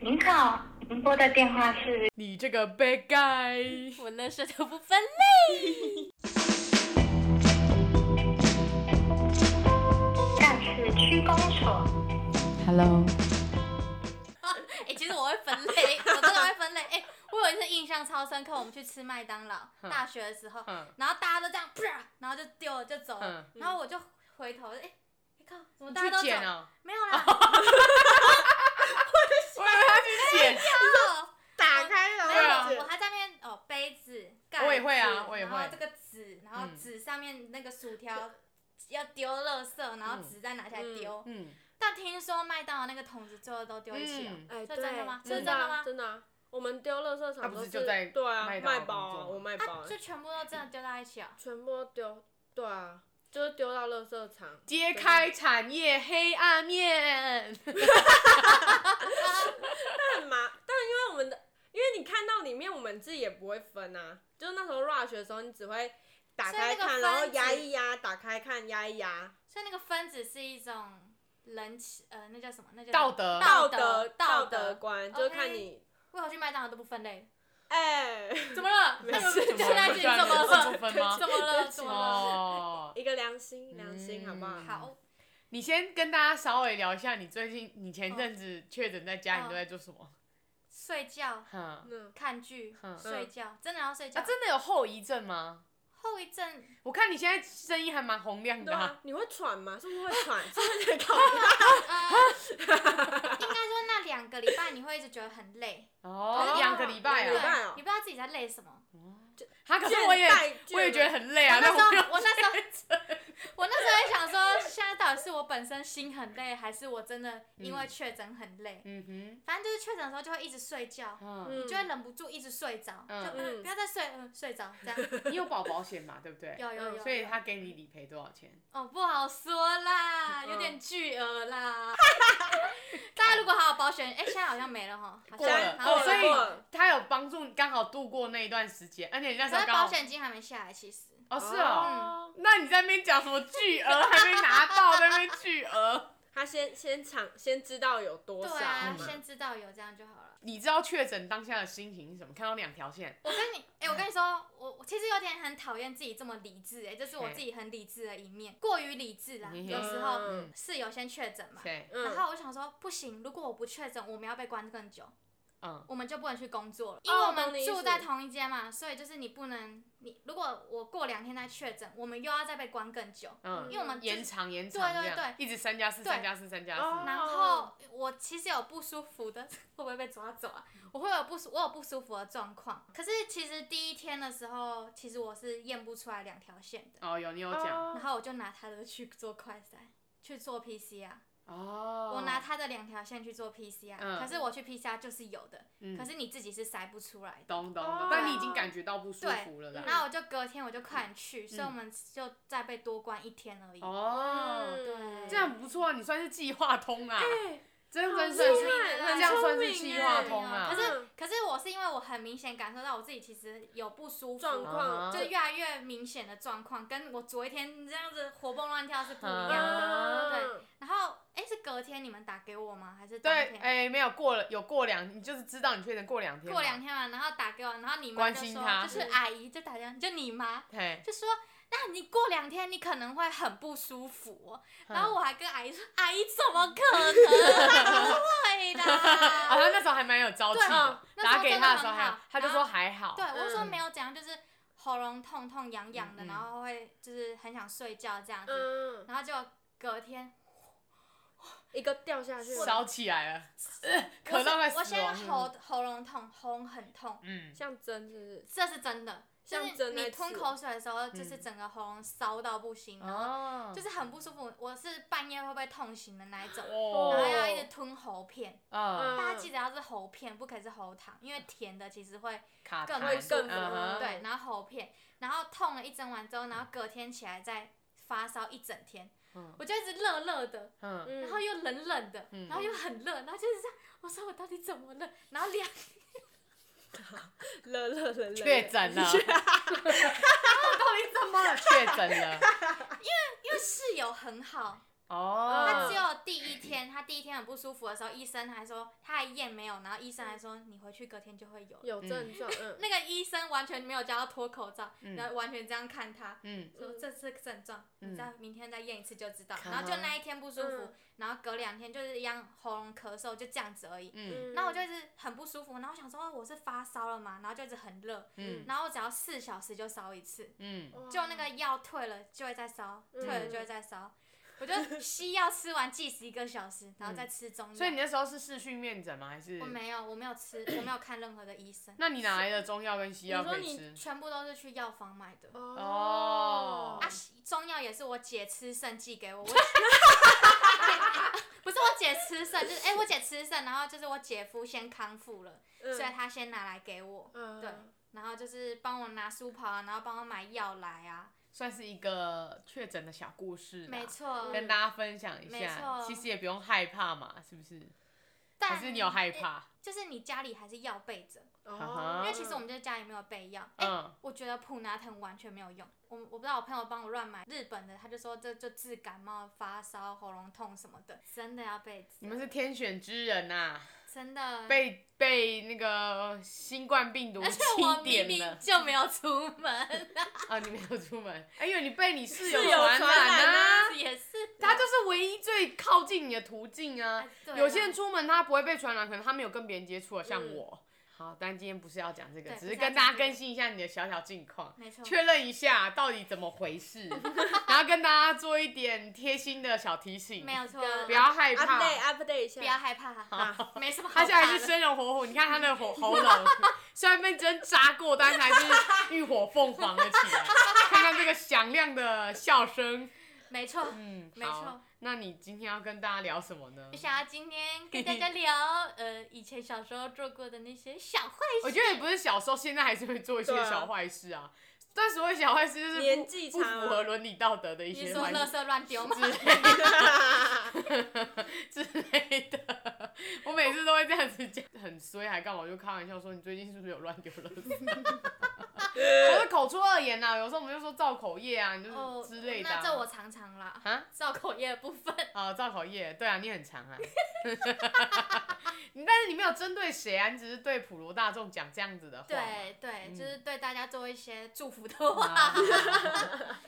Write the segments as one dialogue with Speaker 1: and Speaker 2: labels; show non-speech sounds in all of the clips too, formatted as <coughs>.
Speaker 1: 您好，您拨的电话是
Speaker 2: 你这个 bad guy，
Speaker 3: 我乐色都不分类。
Speaker 1: 下次区公所。
Speaker 4: Hello，
Speaker 3: <laughs> 哎、其实我会分类，我真的会分类。哎、我有一次印象超深刻，我们去吃麦当劳，
Speaker 2: 嗯
Speaker 3: 大学的时候，
Speaker 2: 嗯
Speaker 3: 然后大家都这样，啪，然后就丢了就走了，
Speaker 2: 嗯
Speaker 3: 然后我就回头，哎、哎靠，怎么
Speaker 2: 你
Speaker 3: 大家
Speaker 2: 去
Speaker 3: 都
Speaker 2: 捡
Speaker 3: 走？
Speaker 2: 哦，
Speaker 3: 没有啦，
Speaker 2: 我以为他去捡，
Speaker 5: 打开
Speaker 3: 没
Speaker 5: 了
Speaker 2: 对
Speaker 3: 有，
Speaker 2: 啊
Speaker 5: 位置
Speaker 3: 我还在那边哦，杯子，盖子
Speaker 2: 我也会啊我也会
Speaker 3: 然后这个纸，然后
Speaker 2: 嗯
Speaker 3: 纸上面那个薯条。要丢垃圾，然后
Speaker 2: 嗯
Speaker 3: 纸再拿下来丢。
Speaker 2: 嗯，
Speaker 3: 但听说麦当劳那个桶子最后都丢一起了。啊
Speaker 2: 嗯
Speaker 5: 哎，
Speaker 3: 这
Speaker 5: 对
Speaker 3: 真的吗
Speaker 5: 真
Speaker 3: 这是
Speaker 5: 的
Speaker 3: 真的
Speaker 5: 啊
Speaker 3: 吗
Speaker 5: 真的啊！我们丢垃圾
Speaker 2: 他
Speaker 5: 场
Speaker 2: 不
Speaker 5: 都
Speaker 2: 是就在
Speaker 5: 对啊，
Speaker 2: 麦当劳
Speaker 5: 卖
Speaker 2: 工
Speaker 5: 包啊，
Speaker 2: 作吗
Speaker 5: 我卖包
Speaker 3: 啊，
Speaker 5: 啊，
Speaker 3: 就全部都真的丢到一起哦。
Speaker 5: 全部都丢，对啊，就是丢到垃圾场。
Speaker 2: 揭开产业黑暗面，
Speaker 5: 干嘛？但因为我们的，因为你看到里面，我们自己也不会分啊。就是那时候 rush 的时候，你只会打开
Speaker 3: 所以那
Speaker 5: 看，
Speaker 3: 个
Speaker 5: 然后
Speaker 3: 分子
Speaker 5: 压一压，打开看，压一压。
Speaker 3: 所以那个分子是一种人情，呃，那叫什么？那叫
Speaker 2: 道德
Speaker 3: 道
Speaker 5: 德道
Speaker 3: 道
Speaker 5: 德。观，就是看
Speaker 3: OK
Speaker 5: 你，
Speaker 3: 为何去麦当劳都不
Speaker 2: <laughs>
Speaker 3: 分类？
Speaker 5: 哎、 <laughs>
Speaker 3: 怎么 <laughs> 了？
Speaker 5: 没事
Speaker 3: 现
Speaker 5: 怎么
Speaker 3: 在
Speaker 5: 了
Speaker 3: 已经怎么
Speaker 2: 不
Speaker 3: 了？
Speaker 2: 分吗？
Speaker 3: 怎么了？怎么了？
Speaker 2: 哦，
Speaker 5: 一个良心，良心，
Speaker 2: 嗯
Speaker 5: 好不好？
Speaker 3: 好，
Speaker 2: 你先跟大家稍微聊一下，你最近你前阵子确诊在家，你都在做什么？
Speaker 3: 睡觉、
Speaker 2: 哼，啊，
Speaker 5: 嗯，
Speaker 3: 看剧
Speaker 2: 嗯、
Speaker 3: 睡觉，真的要睡觉。
Speaker 2: 啊真的有后遗症吗？
Speaker 3: 后遗
Speaker 2: <laughs>
Speaker 3: 症
Speaker 2: 我看你现在声音还蛮洪亮
Speaker 5: 对
Speaker 2: 的啊、
Speaker 5: 啊，你会喘吗？是不是会喘？是不是在搞？
Speaker 3: 呃，应该说那两个礼拜你会一直觉得很累，
Speaker 2: 哦，两个礼拜
Speaker 5: 两个礼
Speaker 2: 啊，
Speaker 5: 拜哦
Speaker 3: 对，你不知道自己在累什么。
Speaker 2: 他 <laughs> 可是
Speaker 5: 倦
Speaker 2: 我也
Speaker 5: 怠倦
Speaker 2: 我也觉得
Speaker 5: 了
Speaker 2: 很累
Speaker 3: 我
Speaker 2: 啊，
Speaker 3: 那
Speaker 2: 但我没
Speaker 3: 时
Speaker 2: 有
Speaker 3: 候，我那时
Speaker 2: <laughs>
Speaker 3: 候，我那时候也想说，现在到底是我本身心很累，还是我真的因为确诊很累？
Speaker 2: 嗯
Speaker 3: 反正就是确诊的时候就会一直睡觉，
Speaker 2: 哼，嗯，
Speaker 5: 嗯，
Speaker 3: 你就会忍不住一直睡着，
Speaker 2: 嗯
Speaker 3: 就
Speaker 5: 嗯
Speaker 3: 嗯不要再睡，嗯睡着
Speaker 2: <laughs>
Speaker 3: 这样。
Speaker 2: 你有保保险嘛，对不对？
Speaker 3: 有有有，
Speaker 2: 嗯所以他给你理赔多少钱？
Speaker 3: 哦不好说啦，
Speaker 5: 嗯
Speaker 3: 有点巨额啦。 <laughs> 大家如果还有保险，哎、现在好像没了哈，好
Speaker 2: 过了
Speaker 3: 像
Speaker 2: 哦，
Speaker 3: 好
Speaker 2: 所
Speaker 3: 像
Speaker 2: 以
Speaker 3: 没了
Speaker 5: 过了
Speaker 2: 他有帮助，刚好度过那一段时间，而且你那时
Speaker 3: 可
Speaker 2: 候
Speaker 3: 是
Speaker 2: 刚
Speaker 3: 保
Speaker 2: 好
Speaker 3: 险金还没下来，其实。嗯
Speaker 2: 哦是哦，
Speaker 5: 哦
Speaker 2: 那你在那边讲什么巨额还没呃拿到，在那边巨额，
Speaker 5: 他先先尝，先知道有多
Speaker 3: 对
Speaker 5: 少
Speaker 3: 啊
Speaker 5: 嘛，，
Speaker 3: 先知道有这样就好了。
Speaker 2: <laughs> 你知道确诊当下的心情是什么？看到两条线，
Speaker 3: 我跟你，哎、我跟你说，我我其实有点很讨厌自己这么理智、哎，这是我
Speaker 2: 嘿
Speaker 3: 自己很理智的一面，过于理智啦。
Speaker 2: 嗯
Speaker 3: 有时候
Speaker 5: 嗯
Speaker 3: 室友先确诊嘛，
Speaker 2: 对，
Speaker 5: 嗯
Speaker 3: 然后我想说，不行，如果我不确诊，我们要被关更久，
Speaker 2: 嗯，
Speaker 3: 我们就不能去工
Speaker 2: 哦
Speaker 3: 作了，因为我
Speaker 5: 懂你
Speaker 3: 们
Speaker 5: 意思
Speaker 3: 住在同一间嘛，所以就是你不能，你如果我过两天再确诊，我们又要再被关更久，
Speaker 2: 嗯
Speaker 3: 因为我们
Speaker 2: 延
Speaker 3: 就是
Speaker 2: 长延长，
Speaker 3: 对对
Speaker 2: 这样一直三加四，
Speaker 3: 对
Speaker 2: 三加四，三加
Speaker 5: 哦
Speaker 2: 四，
Speaker 3: 然后我其实有不舒服的，会不会被抓走啊？我会有不舒，我有不舒服的状况。可是其实第一天的时候，其实我是验不出来两条线的，
Speaker 2: 哦有你有讲
Speaker 3: 然后我就拿他的去做快筛，去做 PCR。
Speaker 2: 哦，
Speaker 3: 我拿他的两条线去做 PCR，、
Speaker 2: 嗯
Speaker 3: 可是我去 PCR 就是有的，
Speaker 2: 嗯
Speaker 3: 可是你自己是筛不出来的。
Speaker 2: 懂懂懂
Speaker 5: 哦，
Speaker 2: 但你已经感觉到不舒服了
Speaker 3: 对，然
Speaker 2: 啦，
Speaker 3: 后我就隔天我就快点去，所以我们就再被多关一天而已。
Speaker 2: 哦，
Speaker 3: 对
Speaker 2: 这样不错啊，你算是计划通
Speaker 3: 嗯
Speaker 2: 啦，真真算
Speaker 5: 厉
Speaker 2: 是
Speaker 5: 害
Speaker 2: 那
Speaker 5: 很
Speaker 2: 这样
Speaker 5: 聪
Speaker 2: 算是
Speaker 5: 明
Speaker 2: 计
Speaker 5: 耶
Speaker 2: 划通啦
Speaker 3: 可。是啊
Speaker 5: 嗯
Speaker 3: 可是我是因为我很明显感受到我自己其实有不舒服
Speaker 5: 状
Speaker 2: 啊
Speaker 5: 况
Speaker 3: 就越来越明显的状况，跟我昨天这样子活蹦乱跳是不一样
Speaker 5: 嗯
Speaker 3: 的。哦
Speaker 2: 啊
Speaker 3: 对，然后哎、诶是隔天你们打给我吗？还是当
Speaker 2: 对，
Speaker 3: 天？
Speaker 2: 哎、没有过了，有过两，你就是知道你确诊过两天，
Speaker 3: 过两，天嘛，然后打给我，然后你妈
Speaker 2: 关
Speaker 3: 就
Speaker 2: 心
Speaker 3: 说
Speaker 2: 她，
Speaker 3: 就是阿姨就打电话，就你妈，
Speaker 2: 嘿，
Speaker 3: 就说：“那你过两天你可能会很不舒服哦、
Speaker 2: 嗯
Speaker 3: 然后我还跟阿姨说：“阿姨怎么可能？ <laughs> 不会
Speaker 2: 啊，他 <laughs>
Speaker 3: 的。
Speaker 2: 那时候还蛮有朝气
Speaker 3: 对
Speaker 2: 的
Speaker 3: 嗯，那时
Speaker 2: 打
Speaker 3: 候
Speaker 2: 给
Speaker 3: 真的
Speaker 2: 他的时
Speaker 3: 很
Speaker 2: 候还
Speaker 3: 好，
Speaker 2: 他就
Speaker 3: 然
Speaker 2: 说
Speaker 3: 后
Speaker 2: 还好，
Speaker 3: 对，我就说
Speaker 5: 嗯
Speaker 3: 没有怎样，就是喉咙痛痛痒痒的，
Speaker 2: 嗯嗯
Speaker 3: 然后会就是很想睡觉这样子。
Speaker 5: 嗯，
Speaker 3: 然后就隔天，
Speaker 5: 一个掉下去，
Speaker 2: 烧起来了，呃
Speaker 3: 我
Speaker 2: <laughs> 咳到快
Speaker 3: 是
Speaker 2: 死
Speaker 3: 我现在
Speaker 2: 亡
Speaker 3: 喉
Speaker 2: 了，
Speaker 3: 喉咙痛，喉咙很痛，
Speaker 2: 嗯，
Speaker 5: 像针是不是？
Speaker 3: 这是真的。就
Speaker 5: 像
Speaker 3: 是
Speaker 5: 针在
Speaker 3: 你吞
Speaker 5: 刺
Speaker 3: 口水的时候，就是
Speaker 2: 嗯
Speaker 3: 整个喉咙烧到不行，然后
Speaker 2: 哦，
Speaker 3: 就是是很不舒服。我是半夜会被痛醒的那一种。然后
Speaker 2: 哦，
Speaker 3: 要一直吞喉片，
Speaker 2: 嗯，
Speaker 5: 嗯
Speaker 3: 大家记得要是喉片，不可以是喉糖，因为甜的其实会
Speaker 2: 卡
Speaker 3: 更
Speaker 2: 痰
Speaker 3: 不舒服。
Speaker 5: 更嗯
Speaker 3: 对，然后喉片，然后痛了一整晚之后，然后隔天起来再发烧一整天，
Speaker 2: 嗯
Speaker 3: 我就一直热热的，
Speaker 2: 嗯，
Speaker 5: 嗯
Speaker 3: 然
Speaker 5: <laughs>
Speaker 3: 后又冷冷的，
Speaker 2: 嗯
Speaker 3: 然后又很热，然后就是这样，我说我到底怎么了？然后两， <laughs> 我
Speaker 5: 乐乐
Speaker 3: 嗯
Speaker 5: 乐乐，
Speaker 2: 确诊
Speaker 3: <laughs>
Speaker 2: 了，
Speaker 3: 到底怎么了？
Speaker 2: 确诊了，
Speaker 3: 因为室友很好，
Speaker 2: 哦，
Speaker 3: 嗯他只有第一天，他第一天很不舒服的时候，医生还说他还验没有，然后医生还说你回去隔天就会有了。
Speaker 5: 有症状，嗯，
Speaker 3: 那个医生完全没有叫他脱口罩，
Speaker 2: 嗯
Speaker 3: 然后完全这样看他，
Speaker 2: 嗯，
Speaker 3: 说
Speaker 5: 嗯
Speaker 3: 这是症状，
Speaker 2: 嗯
Speaker 3: 你再明天再验一次就知道。
Speaker 2: 看
Speaker 3: 然后就
Speaker 2: 啊
Speaker 3: 那一天不舒服
Speaker 5: 嗯，
Speaker 3: 然后隔两天就是一样喉咙咳嗽，就这样子而已。
Speaker 2: 嗯
Speaker 3: 然后我就一直很不舒服，然后我想说哦我是发烧了嘛，然后就一直很热，
Speaker 2: 嗯
Speaker 3: 然后我只要四小时就烧一次，
Speaker 2: 嗯，
Speaker 5: 哇
Speaker 3: 就那个药退了就会再烧，
Speaker 5: 嗯
Speaker 3: 退了就会再烧。我就西药吃完计时一个小时，然后再吃中药。
Speaker 2: 嗯所以你那时候是视讯面诊吗？还是
Speaker 3: 我？没有，我没有吃，我没有看任何的医生，
Speaker 2: 那你哪来的中药跟西药
Speaker 5: 你说
Speaker 2: 可以
Speaker 5: 你
Speaker 2: 吃？
Speaker 3: 全部都是去药房买的。
Speaker 5: 哦
Speaker 2: 哦
Speaker 3: 啊，西中药也是我姐吃剩寄给
Speaker 2: <laughs>
Speaker 3: 我，我不是我姐吃剩，就是哎、我姐吃剩，然后就是我姐夫先康复了，
Speaker 5: 嗯
Speaker 3: 所以他先拿来给我，
Speaker 5: 嗯
Speaker 3: 对，然后就是帮我拿书跑啊，然后帮我买药来啊，
Speaker 2: 算是一个确诊的小故事啦，
Speaker 3: 没错，
Speaker 2: 跟大家分享一
Speaker 3: 没
Speaker 2: 下。
Speaker 3: 错
Speaker 2: 其实也不用害怕嘛，是不是？
Speaker 3: 但
Speaker 2: 还是你有害怕？
Speaker 3: 就是你家里还是药备着，
Speaker 5: 哦
Speaker 2: 哈，
Speaker 3: 因为其实我们就是家里没有备药。哎、
Speaker 2: 嗯
Speaker 3: 我觉得普拿疼完全没有用。我我不知道我朋友帮我乱买日本的，他就说这就治感冒、发烧、喉咙痛什么的，真的要备着。
Speaker 2: 你们是天选之人呐、
Speaker 3: 真的？
Speaker 2: 被被那个新冠病毒
Speaker 3: 而且我
Speaker 2: 钦
Speaker 3: 明
Speaker 2: 点
Speaker 3: 明
Speaker 2: 了
Speaker 3: 就没有出门，
Speaker 2: <laughs> 啊！你没有出门，哎呦，你被你室友
Speaker 5: 室友
Speaker 2: 传
Speaker 5: 传染
Speaker 2: 啊！
Speaker 3: 也是
Speaker 2: 他就是唯一最靠近你的途径啊
Speaker 3: 哎。对
Speaker 2: 有些人出门他不会被传染，可能他没有跟别人接触啊了，像
Speaker 5: 嗯
Speaker 2: 我。好，但今天不是要讲这个，
Speaker 3: 对
Speaker 2: 只
Speaker 3: 不
Speaker 2: 是
Speaker 3: 是要
Speaker 2: 跟大家
Speaker 3: 讲这个
Speaker 2: 更新一下你的小小近况，
Speaker 3: 没错
Speaker 2: 确认一下到底怎么回
Speaker 3: <laughs>
Speaker 2: 事，然后跟大家做一点贴心的小提醒，
Speaker 3: 没有啊错，
Speaker 5: 对
Speaker 2: 不要害怕。
Speaker 5: ，update update 一下，
Speaker 3: 不要害怕，
Speaker 2: 好
Speaker 3: 没什么好
Speaker 2: 他
Speaker 3: 怕
Speaker 2: 现在还是
Speaker 3: 的。
Speaker 2: 生龙活虎，你看他的喉喉
Speaker 3: <laughs>
Speaker 2: 咙，虽然被针扎过，但是还是浴火凤凰了起来。看看这个响亮的笑声，
Speaker 3: 没错，
Speaker 2: 嗯，
Speaker 3: 没
Speaker 2: 好
Speaker 3: 错。
Speaker 2: 那你今天要跟大家聊什么呢
Speaker 3: 我？想要今天跟大家聊，呃，以前小时候做过的那些小坏事。
Speaker 2: 我觉得也不是小时候，现在还是会做一些
Speaker 5: 对啊
Speaker 2: 小坏事啊。但所谓小坏事，就是不
Speaker 5: 年纪
Speaker 2: 不
Speaker 5: 差
Speaker 2: 符合伦理道德的一
Speaker 3: 你
Speaker 2: 些
Speaker 3: 说
Speaker 2: 坏
Speaker 3: 垃
Speaker 2: 事
Speaker 3: 圾乱丢吗？
Speaker 2: <laughs> 之类的。我每次都会这样子讲，很衰还干嘛？我就开玩笑说，你最近是不是有乱丢垃圾？ <laughs> 我是口出恶言呐、啊，有时候我们就说造口业啊，你就
Speaker 3: 哦
Speaker 2: 是之类的、啊
Speaker 3: 那这我常常啦，
Speaker 2: 啊
Speaker 3: 造口业的部
Speaker 2: <laughs>
Speaker 3: 分。
Speaker 2: 啊，造口业，对啊，你很长啊。 <laughs> 你但是你没有针对谁啊，你只是对普罗大众讲这样子的话。
Speaker 3: 对对，
Speaker 2: 嗯
Speaker 3: 就是对大家做一些祝福的话。 <laughs>
Speaker 2: 啊。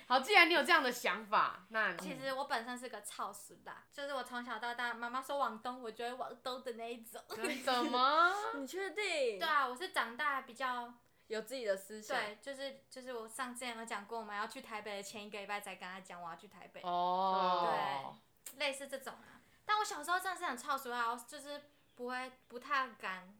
Speaker 2: 好，既然你有这样的想法，那你
Speaker 3: 其实我本身是个操死啦，就是我从小到大，妈妈说往东，我就会往东的那一种。
Speaker 2: 真的
Speaker 3: <laughs>
Speaker 2: 吗？
Speaker 5: <laughs> 你确定？
Speaker 3: 对啊，我是长大比较
Speaker 5: 有自己的思想，
Speaker 3: 对，就是就是我上之前有讲过嘛，要去台北的前一个礼拜才跟他讲我要去台北，
Speaker 2: 哦，
Speaker 3: 类似这种啊。但我小时候真的是很操俗啊，我就是不会不太敢，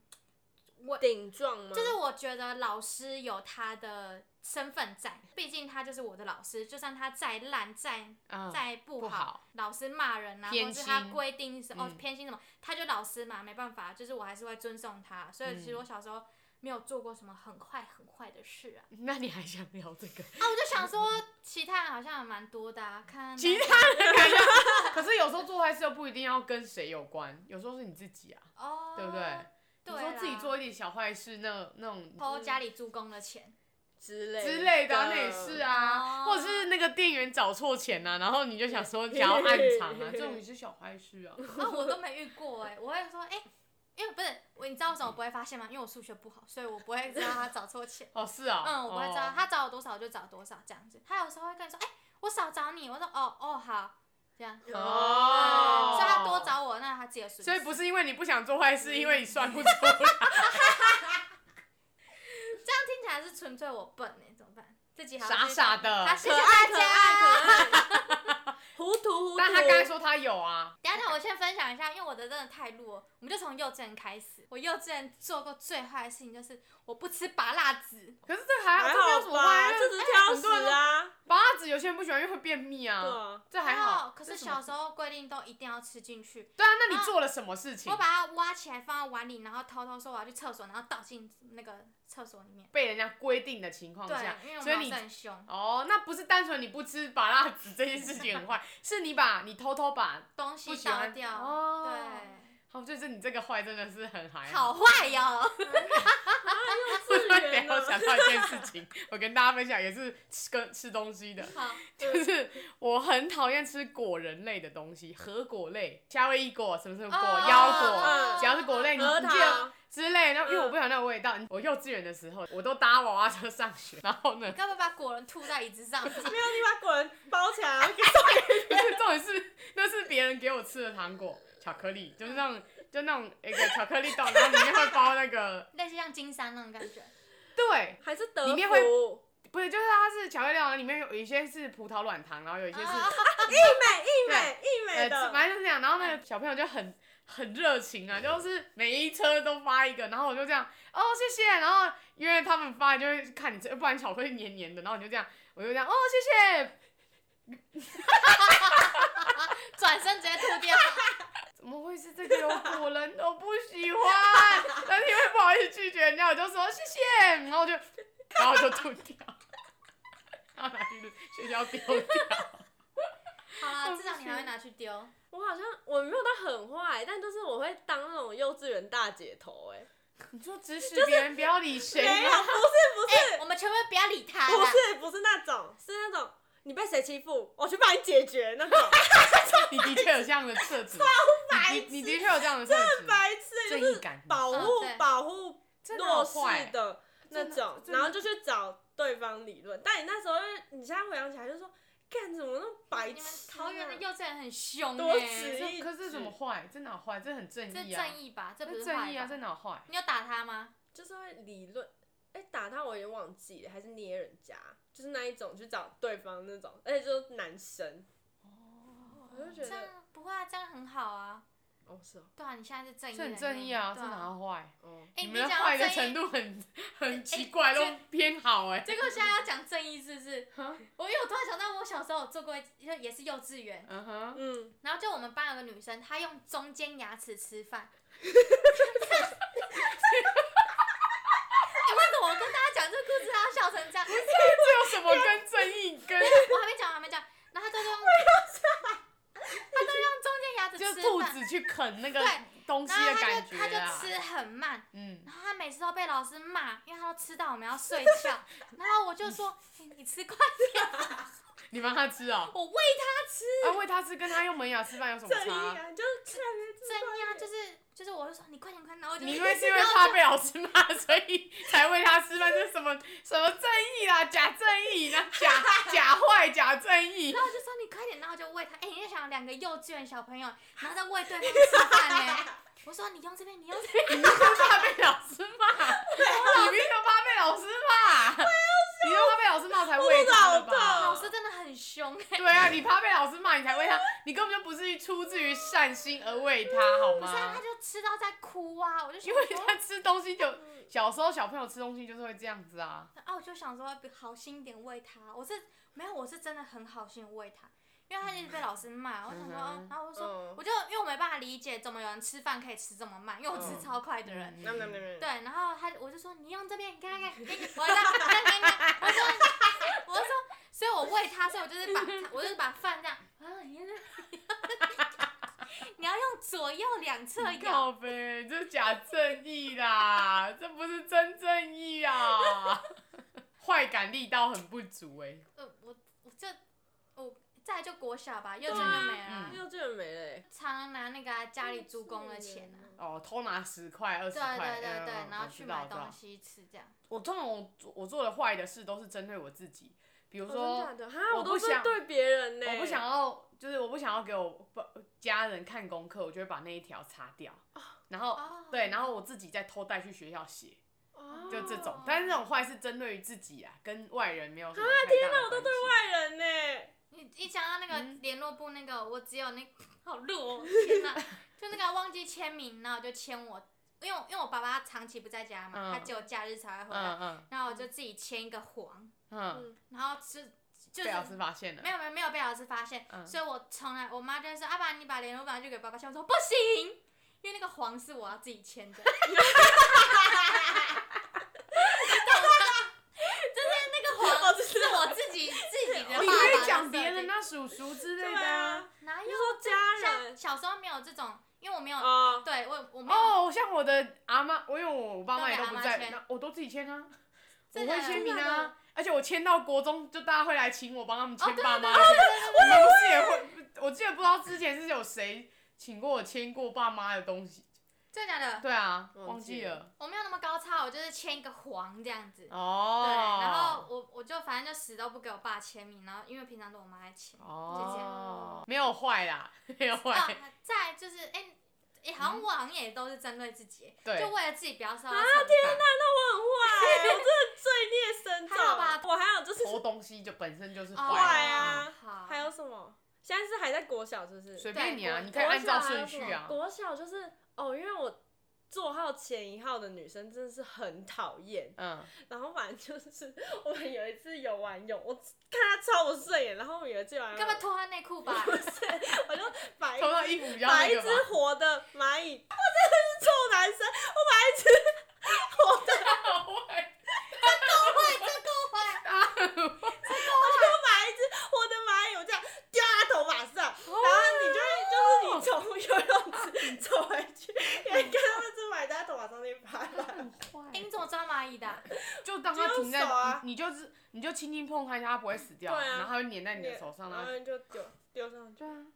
Speaker 3: 我
Speaker 5: 顶撞吗？
Speaker 3: 就是我觉得老师有他的身份在，毕竟他就是我的老师，就算他再烂再
Speaker 2: 嗯
Speaker 3: 再
Speaker 2: 不
Speaker 3: 不好，
Speaker 2: 好
Speaker 3: 老师骂人啊，
Speaker 2: 偏
Speaker 3: 或是他
Speaker 2: 心
Speaker 3: 规定什么、哦
Speaker 2: 嗯
Speaker 3: 偏心什么，他就老师嘛，没办法，就是我还是会尊重他。所以
Speaker 2: 嗯
Speaker 3: 其实我小时候没有做过什么很坏很坏的事啊。
Speaker 2: 那你还想聊这个？
Speaker 3: 啊，我就想说，其他人好像也蛮多的、啊，看
Speaker 2: 其他人感觉，可是有时候做坏事又不一定要跟谁有关，有时候是你自己啊，
Speaker 3: 哦，
Speaker 2: 对不对？有
Speaker 3: 对啦，
Speaker 2: 时候自己做一点小坏事，那那种
Speaker 3: 偷家里助攻的钱，
Speaker 5: 之类
Speaker 2: 之类的啊，那也是啊，
Speaker 3: 哦
Speaker 2: 或者是那个店员找错钱啊，然后你就想说想要暗藏
Speaker 3: <laughs>
Speaker 2: 啊，这种也是小坏事啊。
Speaker 3: 啊，我都没遇过哎、我会说哎。因为不是我，你知道为什么我不会发现吗？因为我数学不好，所以我不会知道他找错钱。
Speaker 2: 哦，是啊，
Speaker 3: 嗯，我不会知道
Speaker 2: 哦，
Speaker 3: 他找我多少我就找多少这样子。他有时候会跟你说，哎、我少找你，我说哦哦好，这样。对
Speaker 2: 哦
Speaker 3: 所以他多找我，那他自己的损失。嗯
Speaker 2: 所以不是因为你不想做坏事，因为你算不出来，
Speaker 3: 这样听起来是纯粹我笨哎、怎么办？自 <laughs> 己好
Speaker 2: 傻傻的
Speaker 3: 好，。谢
Speaker 5: 可
Speaker 3: 谢
Speaker 5: 爱
Speaker 3: 大
Speaker 5: 可爱
Speaker 3: 家。
Speaker 5: 可爱，糊涂糊涂。
Speaker 2: 但他刚才说他有啊，
Speaker 3: 等一下等一下，我先分享一下，因为我的真的太弱，我们就从幼稚园开始。我幼稚园做过最坏的事情就是我不吃拔辣子，
Speaker 2: 可是这还好，
Speaker 5: 还
Speaker 2: 这没有
Speaker 5: 好
Speaker 2: 什么坏
Speaker 5: 吧，
Speaker 2: 啊，
Speaker 5: 这只是挑
Speaker 2: 很多人
Speaker 5: 食
Speaker 2: 都
Speaker 5: 啊，
Speaker 2: 拔辣子有些人不喜欢，因为会便秘
Speaker 5: 对
Speaker 2: 啊。
Speaker 5: 啊，
Speaker 2: 这还好，
Speaker 3: 哦可
Speaker 2: 这
Speaker 3: 是
Speaker 2: 什么
Speaker 3: 小时候规定都一定要吃进去，
Speaker 2: 对啊，那你做了什么事情
Speaker 3: 我？把它挖起来放在碗里，然后偷偷说我要去厕所，然后倒进那个厕所里面。
Speaker 2: 被人家规定的情况下
Speaker 3: 对，因为，我
Speaker 2: 所以
Speaker 3: 们
Speaker 2: 你
Speaker 3: 老师很凶，
Speaker 2: 哦，那不是单纯你不吃把辣子这件事情很
Speaker 3: <laughs>
Speaker 2: 坏，是你把你偷偷把
Speaker 3: 东
Speaker 2: 不
Speaker 3: 西
Speaker 2: 喜
Speaker 3: 倒
Speaker 2: 欢
Speaker 3: 掉，
Speaker 2: 哦，
Speaker 3: 对，
Speaker 2: 啊 <laughs>
Speaker 3: 哦
Speaker 2: 好，就是你这个坏真的是很还
Speaker 3: 好坏哟、
Speaker 2: 不
Speaker 5: 是
Speaker 2: 等
Speaker 5: 人
Speaker 2: 一下我
Speaker 5: 呢。
Speaker 2: 想到一件事情， <laughs> 我跟大家分享，也是吃跟吃东西的，
Speaker 3: 好，
Speaker 2: 就是我很讨厌吃果仁类的东西，核果类、夏威夷果、什么什么果、
Speaker 3: 哦
Speaker 2: 腰
Speaker 5: 嗯
Speaker 2: 果，只要是果类，你
Speaker 5: 核
Speaker 2: 你记得
Speaker 5: 桃
Speaker 2: 之类。然后因为
Speaker 5: 嗯
Speaker 2: 我不想那个味道，我幼稚园的时候我都搭娃娃车上学，然后呢， <laughs>
Speaker 3: 干嘛把果仁吐在椅子上？
Speaker 5: 没有，你把果仁包起来，然后给
Speaker 2: 不是重点是那是别人给我吃的糖果，巧克力，就是那种就那种一个巧克力豆，然后里面会包那
Speaker 5: <laughs>
Speaker 2: 个
Speaker 3: 类似像金山那种感觉。
Speaker 2: 对，
Speaker 5: <laughs> 还是德
Speaker 2: 里面会
Speaker 5: 芙。
Speaker 2: 不是就是它是巧克力豆，然后里面有有一些是葡萄软糖，然后有一些是
Speaker 3: 啊
Speaker 5: 一美一美
Speaker 2: 呃，
Speaker 5: 一美的，嗯
Speaker 2: 反正就是这样。然后那个小朋友就很很热情啊，就是每一车都发一个，然后我就这样，哦谢谢。然后因为他们发就会看你吃，不然巧克力黏黏的，然后你就这样，我就这样，哦谢谢。
Speaker 3: <laughs> 转身直接吐掉，
Speaker 2: 怎么会是这个有果仁我不喜欢？但是因为不好意思拒绝人家，我就说谢谢，然后我就然后我就吐掉，然后拿去学校丢掉。
Speaker 3: 好
Speaker 2: 哦
Speaker 3: 啦，至少你还会拿去丢。
Speaker 5: 我好像我没有到很坏，但就是我会当那种幼稚园大姐头、哎，
Speaker 2: 你说指使别人不要理谁
Speaker 5: 没有，
Speaker 2: 吗？ <laughs>
Speaker 5: 不是
Speaker 3: 哎我们全部不要理他
Speaker 5: 不是不
Speaker 3: 啦。
Speaker 5: 是不是那种，是那种你被谁欺负，我去帮你解决
Speaker 2: <laughs>
Speaker 5: 那种，
Speaker 2: 你的确有这样的特质，你的你的确有这样的特质，
Speaker 5: 白痴，
Speaker 2: 正
Speaker 5: 就
Speaker 2: 义
Speaker 5: 是
Speaker 2: 感
Speaker 5: 保
Speaker 3: 嗯
Speaker 5: 护
Speaker 3: 对
Speaker 5: 保护
Speaker 2: 真的好
Speaker 5: 弱势
Speaker 2: 坏。
Speaker 5: 的那
Speaker 2: 真的
Speaker 5: 种，
Speaker 2: 真的
Speaker 5: 然后就去找对方理论。但你那时候，你现在回想起来，就说干怎么那么白
Speaker 3: 你们
Speaker 5: 痴、啊？
Speaker 3: 桃园的幼稚园很凶
Speaker 5: 多
Speaker 3: 哎，
Speaker 5: 指
Speaker 2: 这
Speaker 5: 一
Speaker 2: 可是
Speaker 5: 指
Speaker 2: 怎么坏？这哪坏？这很正
Speaker 3: 这
Speaker 2: 义啊！
Speaker 3: 正义吧？这不
Speaker 2: 这
Speaker 3: 是
Speaker 2: 正义啊！
Speaker 3: 坏
Speaker 2: 这
Speaker 3: 吧？
Speaker 2: 哪坏？
Speaker 3: 你有打他吗？
Speaker 5: 就是会理论，哎、打他我也忘记了，还是捏人家，就是那一种去找对方那种，而且就是男生，
Speaker 2: 哦
Speaker 5: 我就觉
Speaker 3: 这
Speaker 5: 得
Speaker 3: 样不会啊，这样很好啊。
Speaker 5: 哦是哦，
Speaker 3: 对啊，你现在是正义
Speaker 2: 这
Speaker 3: 人
Speaker 2: 很
Speaker 3: 呢，
Speaker 2: 正义啊！这
Speaker 3: 对啊
Speaker 2: 哪坏？
Speaker 5: 哦，
Speaker 3: 哎，
Speaker 2: 你
Speaker 3: 你
Speaker 2: 们的
Speaker 3: 讲到
Speaker 2: 坏的
Speaker 3: 正义
Speaker 2: 程度很 <laughs> 很奇
Speaker 3: 哎
Speaker 2: 怪，
Speaker 3: 这
Speaker 2: 都偏好哎。
Speaker 3: 结果现在要讲正义是不是？
Speaker 2: <laughs> 哈
Speaker 3: 我因为我突然想到，我小时候有做过一，也是幼稚园，
Speaker 2: 嗯哼，
Speaker 5: 嗯，
Speaker 3: 然后就我们班有个女生，她用中间牙齿吃饭。 <laughs> 哎、为什么我跟大家讲这个故事，她要笑成这样？
Speaker 2: 这有什么跟正义
Speaker 3: <laughs>
Speaker 2: 跟
Speaker 3: 我还没讲，我还没讲。然后她就用，她就用中间牙齿
Speaker 2: 就
Speaker 3: 吃
Speaker 2: 兔
Speaker 3: 饭，
Speaker 2: 子去啃那个
Speaker 3: 对
Speaker 2: 东西的
Speaker 3: 然后她
Speaker 2: 感
Speaker 3: 就
Speaker 2: 觉
Speaker 3: 她就
Speaker 2: 啊？
Speaker 3: 吃很慢，
Speaker 2: 嗯，
Speaker 3: 然后他每次都被老师骂，因为他都吃到我们要睡
Speaker 2: <laughs>
Speaker 3: 觉。然后我就说：“你你吃快点，
Speaker 2: 你帮他吃哦，
Speaker 3: 我喂他吃。
Speaker 2: 啊喂啊他吃跟他用门牙吃饭有什么
Speaker 5: 正义
Speaker 2: 差？
Speaker 5: 啊，就是看”
Speaker 3: <laughs> 真呀，就是就是，我就说你快点快点，然后我就
Speaker 2: 你因为是因为怕被老师骂，所以才喂他吃饭，这是什么 <laughs> 什么正义啊？假正义，那假 <laughs> 假坏假正义
Speaker 3: 然，后我就说你快点，然后我就喂他。哎、你就想两个幼稚园小朋友，然后再喂对方吃饭呢、
Speaker 2: <laughs>
Speaker 3: 我说你用这边，你用这边，
Speaker 2: 你就是怕被老师
Speaker 3: <laughs>
Speaker 2: 骂，
Speaker 3: 啊
Speaker 2: 你明明就怕被老师骂，你就怕被老师骂才喂他的
Speaker 5: 我
Speaker 2: 吧
Speaker 5: 肚子好痛？
Speaker 3: 老师真的很凶
Speaker 2: <laughs>
Speaker 3: 哎、
Speaker 2: 对啊，你怕被老师骂，你才喂他，你根本就不是出自于善心而喂他，好
Speaker 3: 不是、啊，
Speaker 2: 吗
Speaker 3: 他？就吃到在哭啊，我就想
Speaker 2: 因为
Speaker 3: 说
Speaker 2: 他吃东西就小时候小朋友吃东西就是会这样子啊。
Speaker 3: 啊，我就想说好心一点喂他，我是没有，我是真的很好心喂他，因为他一直被老师骂，我想说，
Speaker 2: 嗯哼
Speaker 3: 然后我就说，
Speaker 5: 嗯
Speaker 3: 我就因为我没办法理解怎么有人吃饭可以吃这么慢，因为我吃
Speaker 5: 嗯
Speaker 3: 超快的人。
Speaker 5: 那那那
Speaker 3: <laughs>
Speaker 5: 那，
Speaker 3: 对，啊然后他我就说你用这边，你看看，给你，我让看看看看，我说我就说，所以我喂他，所以我就是把，我就是把饭这样，啊，你用这你要用左右两侧咬，
Speaker 2: 嗯靠呗，这是假正义啦，这不是真正义啊！坏感力道很不足哎、
Speaker 3: 呃，我我就我再来就国小吧，幼稚园就没了啊。
Speaker 2: 嗯
Speaker 5: 幼稚园没了、哎
Speaker 3: 常拿那个啊家里助攻的钱啊。
Speaker 2: 哦，偷拿十块、二
Speaker 3: 对啊
Speaker 2: 十块，嗯
Speaker 3: 对对对
Speaker 2: 嗯，
Speaker 3: 然后
Speaker 2: 我
Speaker 3: 去
Speaker 2: 知道
Speaker 3: 买
Speaker 2: 我知道
Speaker 3: 东西吃这样。
Speaker 2: 我通常我做我做的坏的事都是针对我自己，比如
Speaker 5: 哦
Speaker 2: 说、
Speaker 5: 真的假的哈，
Speaker 2: 我
Speaker 5: 我
Speaker 2: 不
Speaker 5: 都是
Speaker 2: 想
Speaker 5: 对别人欸呢、
Speaker 2: 我不想要，就是我不想要给我爸家人看功课，我就会把那一条擦掉，然后、
Speaker 3: 哦
Speaker 2: 对，然后我自己再偷带去学校写，
Speaker 5: 哦，
Speaker 2: 就这种
Speaker 3: 哦。
Speaker 2: 但是这种坏是针对于自己啊，跟外人没有什么太大的关系。啊，天哪，我都对外
Speaker 5: 坏人呢、欸
Speaker 3: 你一讲到那个
Speaker 2: 嗯
Speaker 3: 联络部那个，我只有那好弱、哦，天哪！就那个忘记签名，然后就签我，因为我因为我爸爸长期不在家嘛，
Speaker 2: 嗯
Speaker 3: 他只有假日才会回来，
Speaker 2: 嗯
Speaker 3: 然后我就自己签一个黄，
Speaker 2: 嗯
Speaker 3: 然后是
Speaker 2: 嗯，
Speaker 3: 就是
Speaker 2: 被老师发现了
Speaker 3: 没。有没有没有被老师发现，
Speaker 2: 嗯
Speaker 3: 所以我从来我妈就会说：“阿爸，你把联络本就给爸爸签。”我说：“不行，因为那个黄是我要自己
Speaker 2: <laughs>
Speaker 3: 签的。”你懂吗？就是那个黄
Speaker 5: 我知
Speaker 3: 是
Speaker 5: 道
Speaker 3: 我自己自己的爸爸
Speaker 2: 你可以
Speaker 3: 的
Speaker 2: 讲
Speaker 3: 设
Speaker 2: 别
Speaker 3: 计
Speaker 2: 人，啊，叔叔之类
Speaker 5: 对
Speaker 2: 的啊
Speaker 5: 啊。，
Speaker 3: 哪有
Speaker 5: 你说家人
Speaker 3: 像小时候没有这种因为我没有，
Speaker 5: 哦，
Speaker 3: 对我我没有，
Speaker 2: 哦，像我的阿妈，我因为我爸妈也都不
Speaker 3: 都给
Speaker 2: 在，
Speaker 3: 阿嬷签
Speaker 2: 那我都自己签啊，我
Speaker 3: 真的
Speaker 2: 会签名
Speaker 5: 真的假的
Speaker 2: 啊，而且我签到国中，就大家会来请我帮他们
Speaker 3: 哦
Speaker 2: 签
Speaker 3: 对
Speaker 2: 爸
Speaker 3: 对
Speaker 2: 妈
Speaker 3: 对
Speaker 2: 的
Speaker 3: 对
Speaker 2: 我们不是也会，我记得不知道之前是有谁请过我签过爸妈的东西。
Speaker 3: 真的假的？
Speaker 2: 对啊，
Speaker 5: 忘
Speaker 2: 忘
Speaker 5: 记
Speaker 2: 记了。
Speaker 3: 我没有那么高超，我就是签一个黄这样子。
Speaker 2: 哦。
Speaker 3: 对，然后我我就反正就死都不给我爸签名，然后因为平常都我妈在签。
Speaker 2: 哦，没有坏啦， <laughs> 没有
Speaker 3: 啊
Speaker 2: 坏。，
Speaker 3: 再来就是哎、也好像我好像也都是针对自己，
Speaker 2: 嗯对
Speaker 3: 就为了自己不要受到
Speaker 5: 啊
Speaker 3: 惩
Speaker 5: 天哪，那我很坏、我真的罪孽深重。
Speaker 3: 还好吧
Speaker 5: 我还有就是
Speaker 2: 偷东西就本身就是
Speaker 3: 哦
Speaker 2: 坏
Speaker 5: 坏啊
Speaker 3: 好，
Speaker 5: 还有什么？现在是还在国小，是不
Speaker 2: 嗯
Speaker 5: 是？
Speaker 2: 随便你啊，
Speaker 3: 对
Speaker 2: 你可以
Speaker 5: 国
Speaker 2: 按
Speaker 5: 小
Speaker 2: 照
Speaker 5: 还有
Speaker 2: 顺
Speaker 5: 什么
Speaker 2: 序啊。
Speaker 5: 国小就是哦，因为我座号前一号的女生真的是很讨厌，
Speaker 2: 嗯，
Speaker 5: 然后反正就是我们有一次有玩泳，我看她超不顺眼，然后我们有一次玩
Speaker 3: 干嘛
Speaker 5: 泳，
Speaker 3: 脱他内裤
Speaker 5: <laughs>
Speaker 3: 吧？
Speaker 5: 我就把一
Speaker 2: 偷到衣服比较
Speaker 5: 把
Speaker 2: 那
Speaker 5: 一
Speaker 2: 个
Speaker 5: 只
Speaker 2: 吧。
Speaker 5: 活的蚂蚁，我真的是臭男生，我把一只活的，我就把一只活的蚂蚁，我这样丢在她头发上，然后你就会就是你从游泳池走回去，你会看到那只蚂蚁在她头发上面爬来。
Speaker 3: 哎你怎么抓蚂
Speaker 2: <laughs>
Speaker 3: 蚁的啊？
Speaker 2: 就当它停在
Speaker 5: 只有手啊，
Speaker 2: 你你就是你就轻轻碰它一下，它不会死掉，
Speaker 5: 对啊
Speaker 2: 然后它会粘在你的手上
Speaker 5: 然
Speaker 2: 啊。
Speaker 5: 后就丢丢上去。
Speaker 2: 对啊，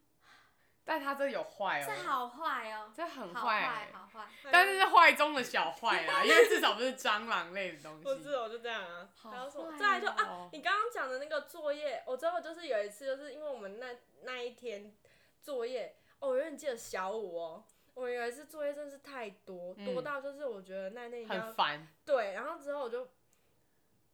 Speaker 2: 但它这有坏哦，
Speaker 3: 这好坏哦，
Speaker 2: 这很
Speaker 3: 好
Speaker 2: 坏
Speaker 3: 坏
Speaker 2: 欸，
Speaker 3: 好坏。
Speaker 2: 但
Speaker 5: 哎
Speaker 2: 是是坏中的小坏啦，因为至少不是蟑螂类的东
Speaker 5: 不是，
Speaker 2: 西。
Speaker 5: 我就这样啊。
Speaker 2: 好
Speaker 5: 还有什
Speaker 2: 坏
Speaker 5: 么？再来就啊
Speaker 2: 哦，
Speaker 5: 你刚刚讲的那个作业，我最后就是有一次，就是因为我们那那一天作业，哦，我永远记得小五哦。我们有一次作业真的是太多，
Speaker 2: 嗯
Speaker 5: 多到就是我觉得那那一定
Speaker 2: 很
Speaker 5: 要
Speaker 2: 烦。
Speaker 5: 对，然后之后我就，